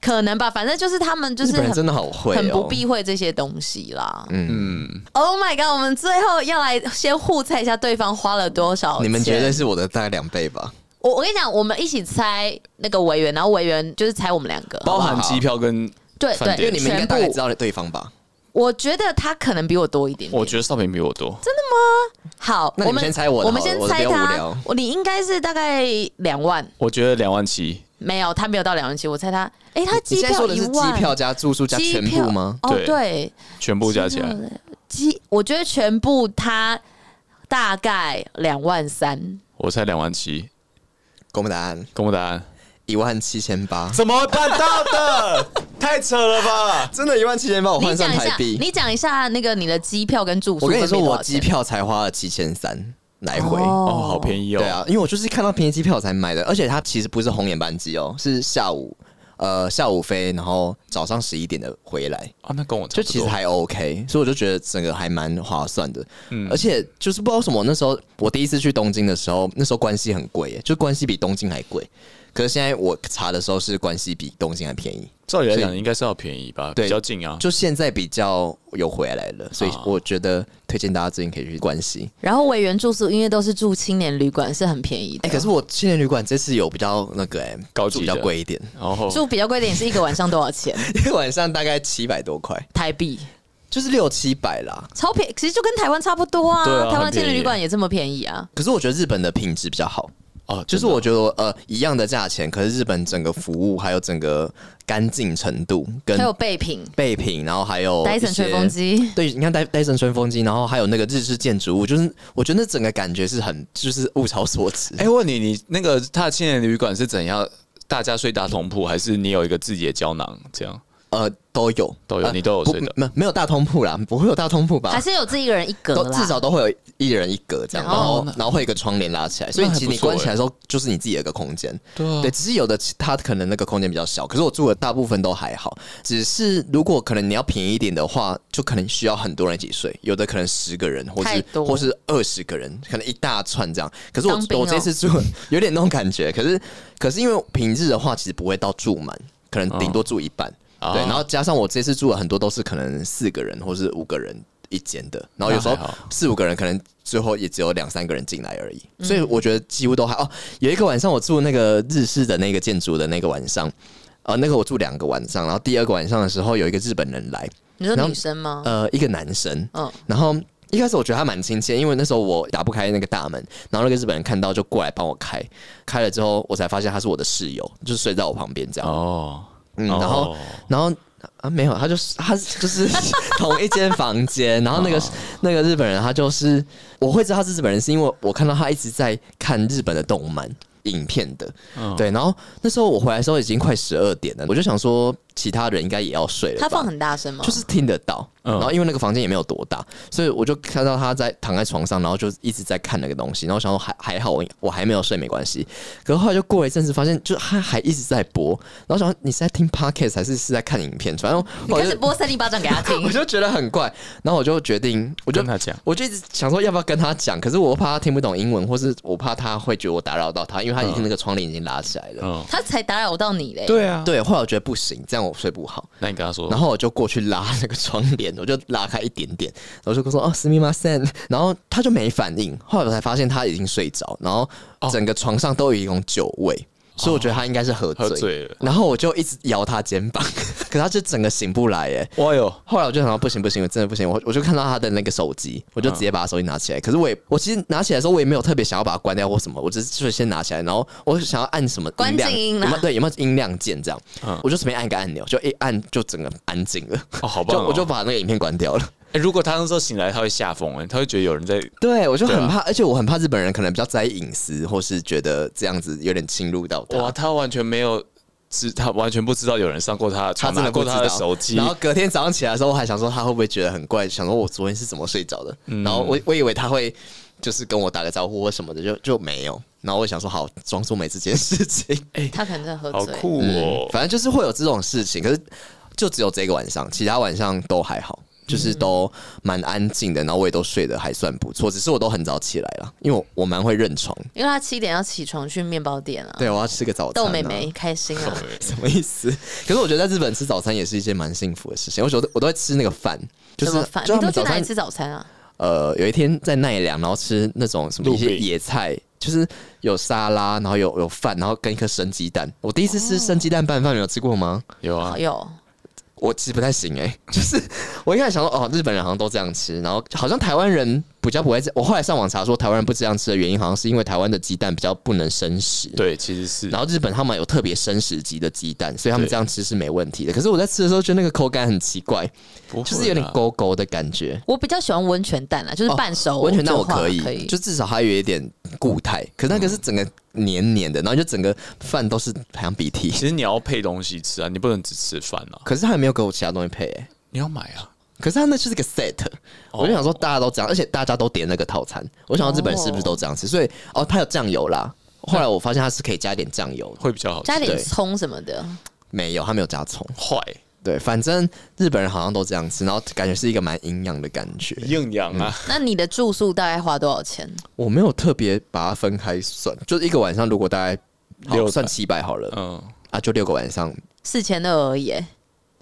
可能吧，反正就是他们就是
日本
很
人真的好会哦，
很不避讳这些东西啦。
嗯，
Oh my god！我们最后要来先互猜一下对方花了多少钱。
你们绝对是我的大概两倍吧？
我我跟你讲，我们一起猜那个委员，然后委员就是猜我们两个，
包含机票跟，
对
饭
对，
店
因为你们应该
全
大概知
部。
道对方吧？
我觉得他可能比我多一点点
我觉得少平比我多，
好，
那你
我
们先猜我的
我们
好了
先
我的
猜
比较无
他
聊，
我你应该是大概两万，
我觉得两万七，
没有，他没有到两万七，我猜他，哎，他
你
机
现在
票
说的
一
是
万，
机票加住宿加
机
全
票
部吗？
哦，
对
对，
全部加起来，
机，我觉得全部他大概两万三，
我猜两万七。
公布答案
公布答案，
一万七千 八，
怎么办到的？太扯了吧！
真的，一万七千八，我
你
换算
讲一
台
下，
币。
你讲一下那个你的机票跟住宿
我
分
跟你
别多
说，
少钱，
我机票才花了七千三来回。
哦，
哦
好便宜哦。
对啊，因为我就是看到便宜机票才买的，而且它其实不是红眼班机哦，是下午呃下午飞，然后早上十一点的回来，
啊，那跟我差
就
不多
其实还 OK，所以我就觉得整个还蛮划算的。
嗯
而且就是不知道为什么，那时候我第一次去东京的时候，那时候关西很贵耶，就关西比东京还贵。可是现在我查的时候是关西比东京还便宜，
照理来讲应该是要便宜吧，
对
比较近啊。
就现在比较有回来了，所以
啊
我觉得推荐大家最近可以去关西。
然后委员住宿因为都是住青年旅馆，是很便宜的。
哎、可是我青年旅馆这次有比较那个哎、
啊高级
住
的
比较贵一点，
然后
住比较贵一点是一个晚上多少 钱？
一个晚上大概七百多块，
台币，
就是六七百啦。
超便宜，其实就跟台湾差不多啊。
对啊
台湾
很便宜
青年旅馆也这么便宜啊。
可是我觉得日本的品质比较好，
啊，
就
就是是
我觉得我呃一样的价钱，可是日本整个服务还有整个干净程度跟
还有备品、
备品，然后还有
戴森
哦一些
吹风。机，
对，你看戴戴森吹风机，然后还有那个日式建筑物，就是我觉得那整个感觉是很就是物超所值。
哎、问你，你那个他的青年旅馆是怎样？大家睡大同铺，还是你有一个自己的胶囊？这样
呃，都有
都有
呃
你都有
不
睡的
没没有大通铺啦，不会有大通铺吧？
还是有自己一个人一格
啊都
啦。
至少都会有一人一格这样，
哦
然后然后会有一个窗帘拉起来，所以
那还
其实你
不错
关起
欸
来的时候，就是你自己有一个空间。
对啊
对，只是有的它可能那个空间比较小，可是我住的大部分都还好。只是如果可能你要便宜一点的话，就可能需要很多人一起睡，有的可能十个人，或
太
是
多
或是二十个人，可能一大串这样。可是我、
当兵哦
我这次住有点那种感觉，可是 可是因为平日的话，其实不会到住满，可能顶多住一半。
哦
对，然后加上我这次住的很多都是可能四个人或是五个人一间的，然后哦有时候
那还好
四五个人可能最后也只有两三个人进来而已，
嗯
所以我觉得几乎都还哦。有一个晚上我住那个日式的那个建筑的那个晚上，呃，那个我住两个晚上，然后第二个晚上的时候有一个日本人来，
你说
然后
女生
哦
吗？
呃，一个男生，
嗯，
然后一开始我觉得他蛮亲切，因为那时候我打不开那个大门，然后那个日本人看到就过来帮我开，开了之后我才发现他是我的室友，就是睡在我旁边这样，
哦，
嗯，然后
哦
然后啊没有，他就是他就是 同一间房间，然后那个、那个日本人他就是我会知道他是日本人，是因为我看到他一直在看日本的动漫。影片的，对，然后那时候我回来的时候已经快十二点了，我就想说其他人应该也要睡了吧。
他放很大声吗？
就是听得到。
嗯
然后因为那个房间也没有多大，所以我就看到他在躺在床上，然后就一直在看那个东西。然后我想说还还好我，我还没有睡，没关系。可是后来就过了一阵子，发现就他还一直在播，然后想说你是在听 podcast 还是是在看影片？反正
你
我
开
就
始播三零巴掌给他 听
我，就觉得很怪，然后我就决定，我就
跟他讲
我就一直想说要不要跟他讲，可是我又怕他听不懂英文，或是我怕他会觉得我打扰到他，因为他已经那个窗帘已经拉起来了。
嗯，
他才打扰到你嘞。
对啊，
对，后来我觉得不行，这样我睡不好。
那你跟他说，
然后我就过去拉那个窗帘，我就拉开一点点，然后就说哦，すみません，然后他就没反应，后来我才发现他已经睡着，然后
哦
整个床上都有一种酒味。所以我觉得他应该是喝醉，
哦喝醉了
然后我就一直摇他肩膀， 可他就整个醒不来耶。
哇哟，
后来我就想到不行不行，我真的不行，我我就看到他的那个手机，我就直接把他手机拿起来。可是我也我其实拿起来的时候，我也没有特别想要把它关掉或什么，我只是就是先拿起来，然后我想要按什么
关
音啊量
静音
有
啦
没有对有没有音量键这样，我就随便按一个按钮，就一按就整个安静了。
哦，好
就
棒、哦，
我就把那个影片关掉了。
哎如果他那时候醒来，他会吓疯哎，他会觉得有人在
对，我就很
对啊
怕，而且我很怕日本人可能比较在意隐私，或是觉得这样子有点侵入到他。
哇，他完全没有知，他完全不知道有人上过他的
他
床，
真
拿
的不
过
知
他的
道
手机
然。后隔天早上起来的时候，我还想说他会不会觉得很怪，想说我昨天是怎么睡着的。
嗯
然后我我以为他会就是跟我打个招呼或什么的，就就没有。然后我想说好，装作没这件事 情。
哎
嗯
他可能真的喝
好
醉。
酷哦！
嗯
反正就是会有这种事情，可是就只有这个晚上，其他晚上都还好，就是都蛮安静的，然后我也都睡得还算不错，只是我都很早起来了，因为我我蛮会认床。
因为他七点要起床去面包店啊，
对，我要吃个早餐、
逗妹妹。开心啊。
什么意思？可是我觉得在日本吃早餐也是一件蛮幸福的事情。我觉得我都会吃那个饭，就
怎
是
么饭？
就
你
他
都
们
去
早
哪
餐
里吃早餐啊？
呃，有一天在奈良，然后吃那种什么一
路
些
边
野菜，就是有沙拉，然后有有饭，然后跟一颗生鸡蛋。我第一次
哦
吃生鸡蛋拌饭，你有吃过吗？
有啊
好，哦有，
我其实不太行哎、 就是我一开始想说，哦，日本人好像都这样吃，然后好像台湾人比较不会这。我后来上网查说，台湾人不这样吃的原因，好像是因为台湾的鸡蛋比较不能生食。
对，其实是
然后日本他们有特别生食级的鸡蛋，所以他们
对
这样吃是没问题的。可是我在吃的时候觉得那个口感很奇怪，
不会啦
就是有点勾勾的感觉。
我比较喜欢温泉蛋啦，就是半熟
哦温泉蛋我
就化
可以，
可以
就至少还有一点固态，可是那个是整个黏黏的，然后就整个饭都是好像鼻涕。
其实你要配东西吃啊，你不能只吃饭啊，
可是他也没有给我其他东西配、欸，
你要买啊。
可是他那就是个 set，、我就想说大家都这样，而且大家都点那个套餐，我想到日本是不是都这样吃？所以哦，它有酱油啦。后来我发现它是可以加一点酱油，
会比较好吃。
加点
对
葱什么的。
没有，它没有加葱。
坏
对，反正日本人好像都这样吃，然后感觉是一个蛮营养的感觉。
硬养啊，
那你的住宿大概花多少钱？
我没有特别把它分开算，就是一个晚上如果大概
六
好
百
算七百好了、
嗯，
啊，就六个晚上
四千二而已欸，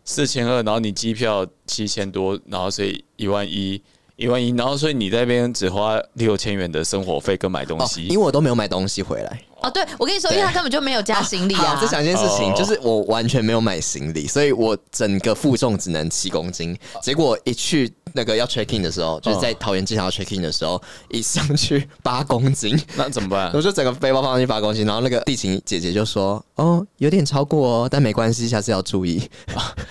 四千二，然后你机票七千多，然后所以一万一，一万一，然后所以你在那边只花六千元的生活费跟买东
哦，因为
西，
我都没有买东西回来。
哦，对，我跟你说，因为他根本就没有加行李啊
好，再。讲一件事情，
哦
就是我完全没有买行李，所以我整个负重只能七公斤。结果一去那个要 check in 的时候，就是在桃园机场要 check in 的时候，一上去八公斤，
那怎么办
我？就整个背包放上去八公斤。然后那个地勤姐姐就说：“哦，有点超过哦，但没关系，下次要注意。”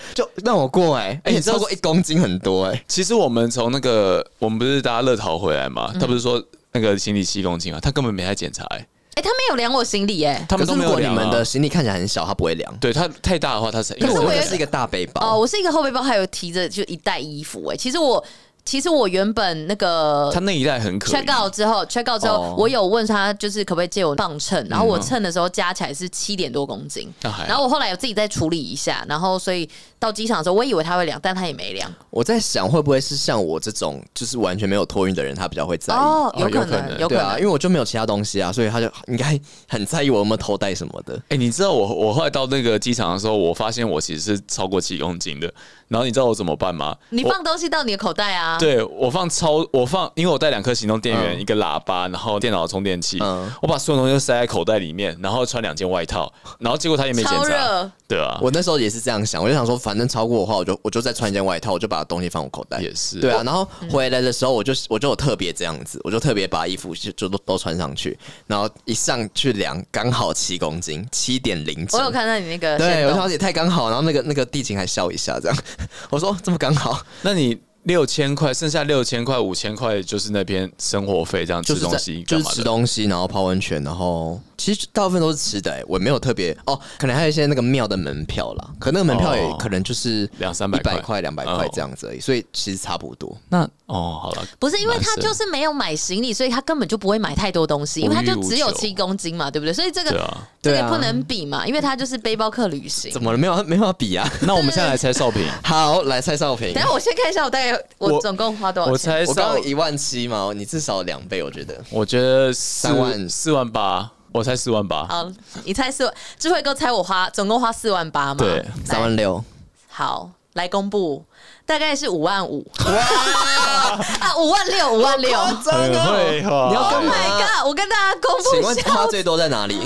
就让我过哎、而且
你知道
超过一公斤很多哎、
其实我们从那个，我们不是搭乐淘回来嘛，他不是说那个行李七公斤嘛，啊他根本没来检查、欸，
哎，他没有量我行李哎。
他们
可
都没
是如
有
果你
量、啊。
们的行李看起来很小，它不会量。
对他太大的话，他才因
因
为
为
可
我
是我有
那
一
个是一个大背包，
哦，我是一个后背包，还有提着就一袋衣服哎。其实我，其实我原本那个
他那一代很可疑
check out 之后，check out 之后，
哦
我有问他就是可不可以借我磅秤，
嗯
然后我称的时候加起来是七点多公斤，
那还好
然后我后来有自己再处理一下，然后所以到机场的时候，我以为他会量，但他也没量。
我在想，会不会是像我这种就是完全没有托运的人，他比较会在意？
哦，有
有
可
可
能，
能
有可
对啊，
能
因。为我就没有其他东西啊，所以他就应该很在意我有没有偷带什么的。
哎、你知道我我后来到那个机场的时候，我发现我其实是超过七公斤的。然后你知道我怎么办吗？
你
我
放东西到你的口袋啊？
对我放超我放，因为我带两颗行动电源、
嗯
一个喇叭，然后电脑的充电器，
嗯
我把所有东西都塞在口袋里面，然后穿两件外套，然后结果他也没检
超
查，
热，
对啊，
我那时候也是这样想，我就想说，反正超过的话，我就我就再穿一件外套，我就把东西放我口袋。
也是
对啊，然后
嗯
回来的时候，我就我就有特别这样子，我就特别把衣服就就都都穿上去，然后一上去量，刚好七公斤，七点零
我有看到你那个
对，
限
我
动。
想也太刚好，然后那个那个地勤还笑一下，这样 我说这么刚好，
那你六千块，剩下六千块、五千块就是那边生活费，这样
就
吃
是
东
在
西
就
干
是
嘛
吃
的？
东西，然后泡温泉，然后其实大部分都是吃的、欸，我没有特别哦，可能还有一些那个庙的门票啦，可那个门票也
哦
可能就是
两三百
百
块
块、两百
哦
块这样子而已，所以其实差不多。
那哦， 好了，
不是因为他
蛮深
就是没有买行李，所以他根本就不会买太多东西，因为他就只有
无欲无求
七公斤嘛，对不对？所以这
对
个
啊。
这
对
个
啊
不能比嘛，因为他就是背包客旅行。
怎么了？没有没有要比啊？
那我们现在来猜少平，
好，来蔡少平
等，一下我先看一下我大概我
我
总共花多少
我
钱。
猜
我刚
少
刚，一万七嘛，你至少两倍，我觉得。
我觉得四
三万
四万八，我猜四万八，
好，你猜四万，智慧哥猜我花总共花四万八嘛？
对
来
三万。六，
好，来公布，大概是五万五。 啊，五万六，五万
哎
六。Oh
很会哦哈。
哦你要干嘛？
my god！我跟大家公
请
布一
问
下
花，最多在哪里？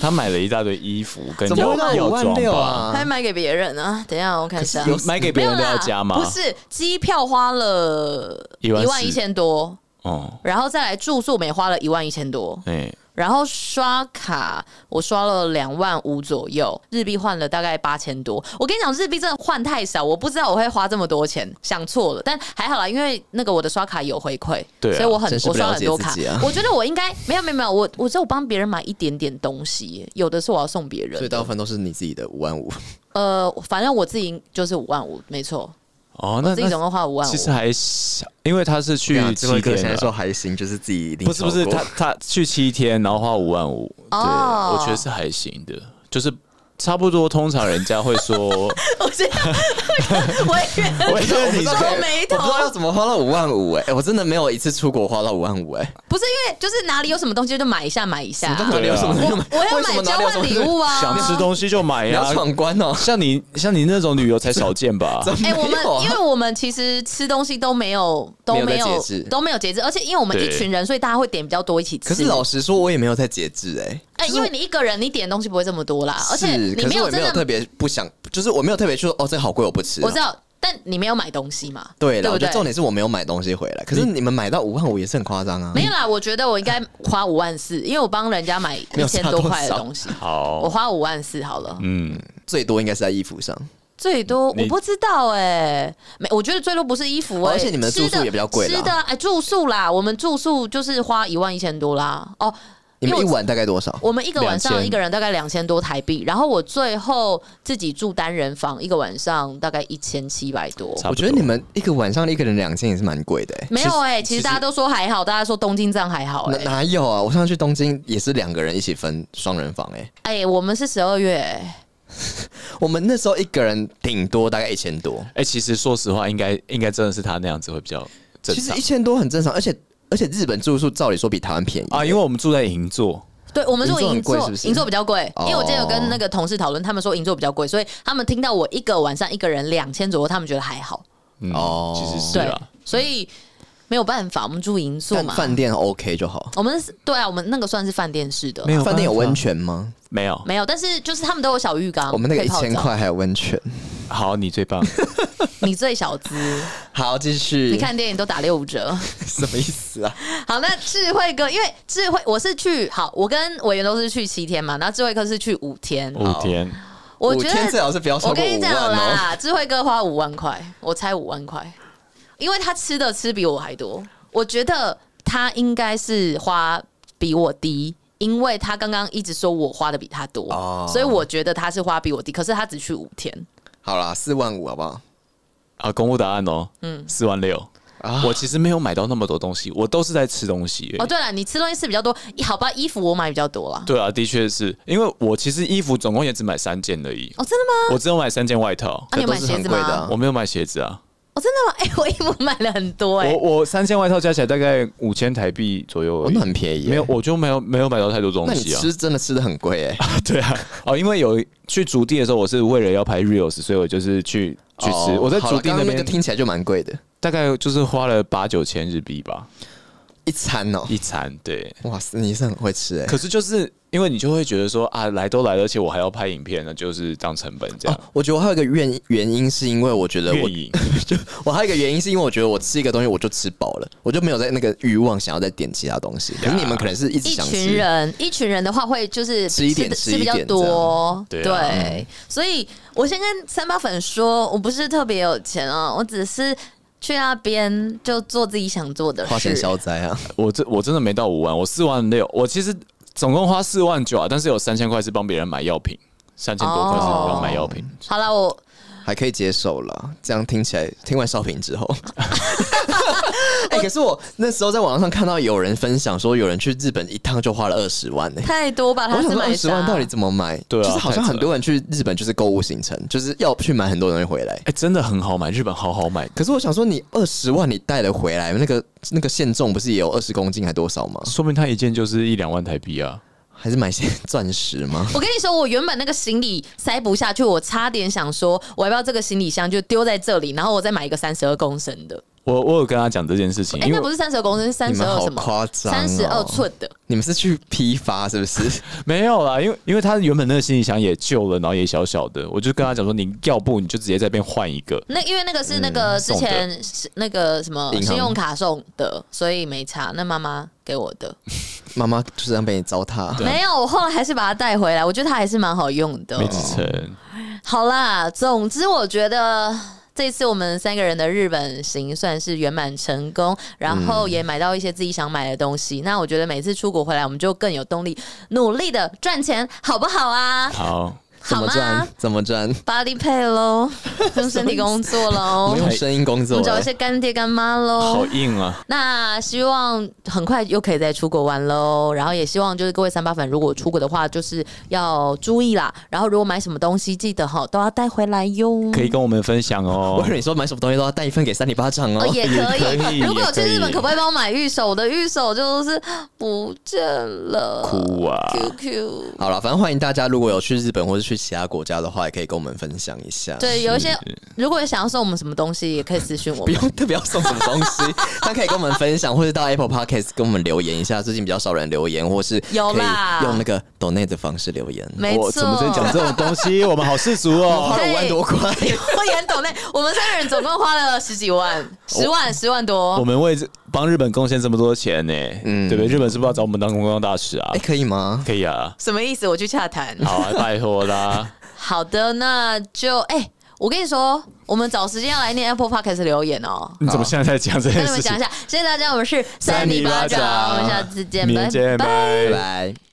他买了一大堆衣服跟
怎么会到
药
五万六？
药妆吧
啊？
还买给别人啊？等一下我看一下。
有买给别人都要加吗？
不，是，机票花了
一万四
一千多，
哦，
然后再来住宿，我们也花了一万一千多，
哎，
然后刷卡我刷了两万五左右，日币换了大概八千多。我跟你讲，日币真的换太少，我不知道我会花这么多钱，想错了。但还好啦，因为那个我的刷卡有回馈，
对啊
所以我很
真是
我
不了
刷了很多
解
卡
自己啊。
我觉得我应该没有没有没有，我我只有帮别人买一点点东西，有的是我要送别人
所以
的。
大部分都是你自己的五万五，
呃，反正我自己就是五万五，没错，
哦，
我
那
自己
那
总共花了五万 五
其。实还小，因为他是
啊
去七天了
还行，就是自己一定
不是不是，
超过
他他去七天，然后花五万五，对，
哦
我觉得是还行的，就是差不多。通常人家会 说，
我现在我也
我觉得你
我
皱眉
不知道要
头，
怎么花到五万五哎、欸我真的没有一次出国花到五万五哎、欸
不是因为就是哪里有什么东西就买一下买一下啊，
哪里有什么
东西
我我要
为什
买
么哪
交
里有什
换
么
礼物啊，
想吃东西就买哎
你
呀、
要闯关 哦、
像你像你那种旅游才少见 吧？
哎、我
没有
们
啊
因为我们其实吃东西都没有都
没
没
有在
有
节制
都没有节制，而且因为我们
对
一群人，所以大家会点比较多一起吃。
可是老实说，我也没有在节制哎、欸
哎、因为你一个人你点的东西不会这么多啦，而且
是，
你
可是我
有
也没
真
有特
的，
别不想，就是我没有特别说哦，这好贵，我不吃啊。
我知道，但你没有买东西嘛，
对了，
不
我觉
对
得？重点是我没有买东西回来。可是你们买到五万五也是很夸张啊。
没有啦，我觉得我应该花五万四，因为我帮人家买
没
一
有
千
差
多
多
块的
少
东西，我
好，
花五万四好了，
嗯，
最多应该是在衣服上，
最多我
你
不知道哎、没，我觉得最多不是衣服、欸，
嗯哦而且你们的住宿
吃的
也比较贵啦
吃的哎、住宿啦，我们住宿就是花一万一千多啦，哦，
你们
因
一
为我
晚大概多少？
我们一个晚上
2000
一个人大概两千多台币，然后我最后自己住单人房，一个晚上大概一千七百多。
差不多
我觉得你们一个晚上一个人两千也是蛮贵的、欸。
没有哎、其实大家都说还好，大家说东京这样还好哎、
哪哪有啊？我上次去东京也是两个人一起分双人房哎、
哎、我们是十二月、哎
我们那时候一个人顶多大概一千多，
哎、其实说实话，应该应该真的是他那样子会比较正
其实
常
一千多很正常，而且而且日本住宿照理说比台湾便宜欸
啊，因为我们住在银座，
对我们说
银座
银
很贵
座
是不，是
银座比较贵，
哦
因为我之前有跟那个同事讨论，他们说银座比较贵，所以他们听到我一个晚上一个人两千左右，他们觉得还好，
嗯，
哦
其实是
对，
啊，
所以没有办法，我们住银座
但
嘛，
饭店 OK 就好。
我们是对啊，我们那个算是饭店式的，
没有
饭店有
办法
温泉吗？
没有，
没有，但是就是他们都有小浴缸，
我们那个
啊可
一
以泡
千
澡，
块还有温泉。
好，你最 棒，
你最小资。
好，继续。
你看电影都打六五折。
什么意思啊？
好，那智慧哥，因为智慧我是去好，我跟委员都是去七天嘛，然后智慧哥是去五天。
五天，
我
五
觉
天最
得
好是不要超
我
过
跟
五
你讲
万哦。
啦，智慧哥花五万块，我猜五万块，因为他吃的吃比我还多，我觉得他应该是花比我低。因为他刚刚一直说我花的比他多
哦
所以我觉得他是花比我低。可是他只去五天，
好啦，四万五好不好？
啊，公布答案哦，嗯，四万六。
啊
我其实没有买到那么多东西，我都是在吃东西而已。
哦，对了，你吃东西吃比较多，好吧，衣服我买比较多啦。
对啊，的确是因为我其实衣服总共也只买三件而已，
哦，真的吗？
我只有买三件外套，
啊，你有
都
买
是
鞋
很
子
贵
吗？
的啊
我没有买鞋子啊。
哦，真的吗？哎、我衣服买了很多哎、
我我三件外套加起来大概五千台币左右而
哦
已，
那很便宜耶
没有，我就没有没有买到太多
那
东
你
西啊。
吃真的吃的很贵哎。
对啊，哦，因为有去竹地的时候，我是为了要拍 reels，所以我就是去去吃。
哦
我在
好啦
竹地那
刚刚那
边
个听起来就蛮贵的，
大概就是花了八九千日币吧，
一餐哦。
一餐。对，
哇塞，你是很会吃哎。
可是就是因为你就会觉得说啊，来都来了，而且我还要拍影片呢，就是当成本这样。
哦，我觉得我还有一个原原因是因为我觉得
啊愿
我
意，
我还有一个原因是因为我觉得我吃一个东西我就吃饱了，我就没有在那个欲望想要再点其他东西。可是你们可能是一直
一
想
群
吃，
人，一群人的话会就是
吃一点
的
吃
吃
一
比较
点
多，
这
对，
样对啊
嗯
所以我先跟三八粉说，我不是特别有钱啊，我只是去那边就做自己想做的事，
花钱消灾 啊。
我这我真的没到五万，我四万六，我其实总共花四万九啊，但是有三千块是帮别人买药品，三千多块是帮买药品。
哦
好了，我
还可以接受啦，这样听起来，听完少平之 后，哎、可是我那时候在网络上看到有人分享说，有人去日本一趟就花了二十万呢、欸
太多吧，
我
啊他
想
是
说
买
二十万
啥？
到底怎么买？
对啊
就是好像
太扯
很多人去日本就是购物行程，就是要去买很多东西回来。
哎、真的很好买，日本好好买，
可是我想说，你二十万你带了回来，那个那个现重不是也有二十公斤还多少吗？
说明它一件就是一两万台币啊。
还是买些钻石吗？
我跟你说，我原本那个行李塞不下去，我差点想说，我要不要这个行李箱就丢在这里，然后我再买一个三十二公升的。
我我有跟他讲这件事情，
哎、
因为
那不是三十二公升，是三
你
十
们
二
好
什么？
夸张哦
三十二寸的，
你们是去批发是不是？
没有啦，因为因为他原本那个行李箱也旧了，然后也小小的，我就跟他讲说，你要不你就直接在那边换一个。
那因为那个是那个之前是那个什么
嗯银行
信用卡送的，所以没差。那妈妈给我的，
妈妈就这样被你糟蹋，
没有，我后来还是把它带回来，我觉得它还是蛮好用的
没。支撑，
好啦，总之我觉得。这次我们三个人的日本行算是圆满成功，然
嗯
后也买到一些自己想买的东西。那我觉得每次出国回来，我们就更有动力，努力的赚钱，好不好 啊？
好，
怎么
好吗
赚？怎么赚？
？Body pay 喽，用身体工作
我
喽
们，用声音工
哦我
作欸
们找
了
一，些干爹干妈喽
好。硬啊！
那希望很快又可以再出国玩喽，然后也希望就是各位三八粉，如果出国的话，就是要注意啦。然后如果买什么东西，记得哈都要带回来哟。
可以跟我们分享
我
哦
跟。你说，买什么东西都要带一份给三里巴掌
哦，
哦。
也可
也 可以
如果有去
也可以
日本，可不可以帮我买玉手？我的玉手就是不见了。
哭啊！
QQ。
好了，反正欢迎大家，如果有去日本或是去其他国家的话，也可以跟我们分享一下。，
对，有一些如果想要送我们什么东西，也可以私讯 我
不
们。
用特别要送什么东西，但可以跟我们分享，或者到 Apple Podcast 跟我们留言一下。最近比较少人留言，或是
有
可以
啦
用那个 donate 的方式留言。
没
我
错，
怎么能讲这种东西？我们好世俗哦。
花 了五万多块，
我也很懂那，我们三个人总共花了十几万，十万，十万多
我。们为这帮日本贡献这么多钱呢，
嗯
对不对？日本是不是要找我们当观光大使啊
哎，？可以吗？
可以啊，
什么意思？我去洽谈。
好 啊，拜托啦。
好的，那就哎、我跟你说，我们找时间要来念 Apple Podcast 的留言哦。
你怎么现在在讲这
跟
件
你们
事情
讲一？下，谢谢大家，我们是
三
三
里
里
巴
巴掌，
掌
我们下次见，
明天见，
拜
拜
拜拜。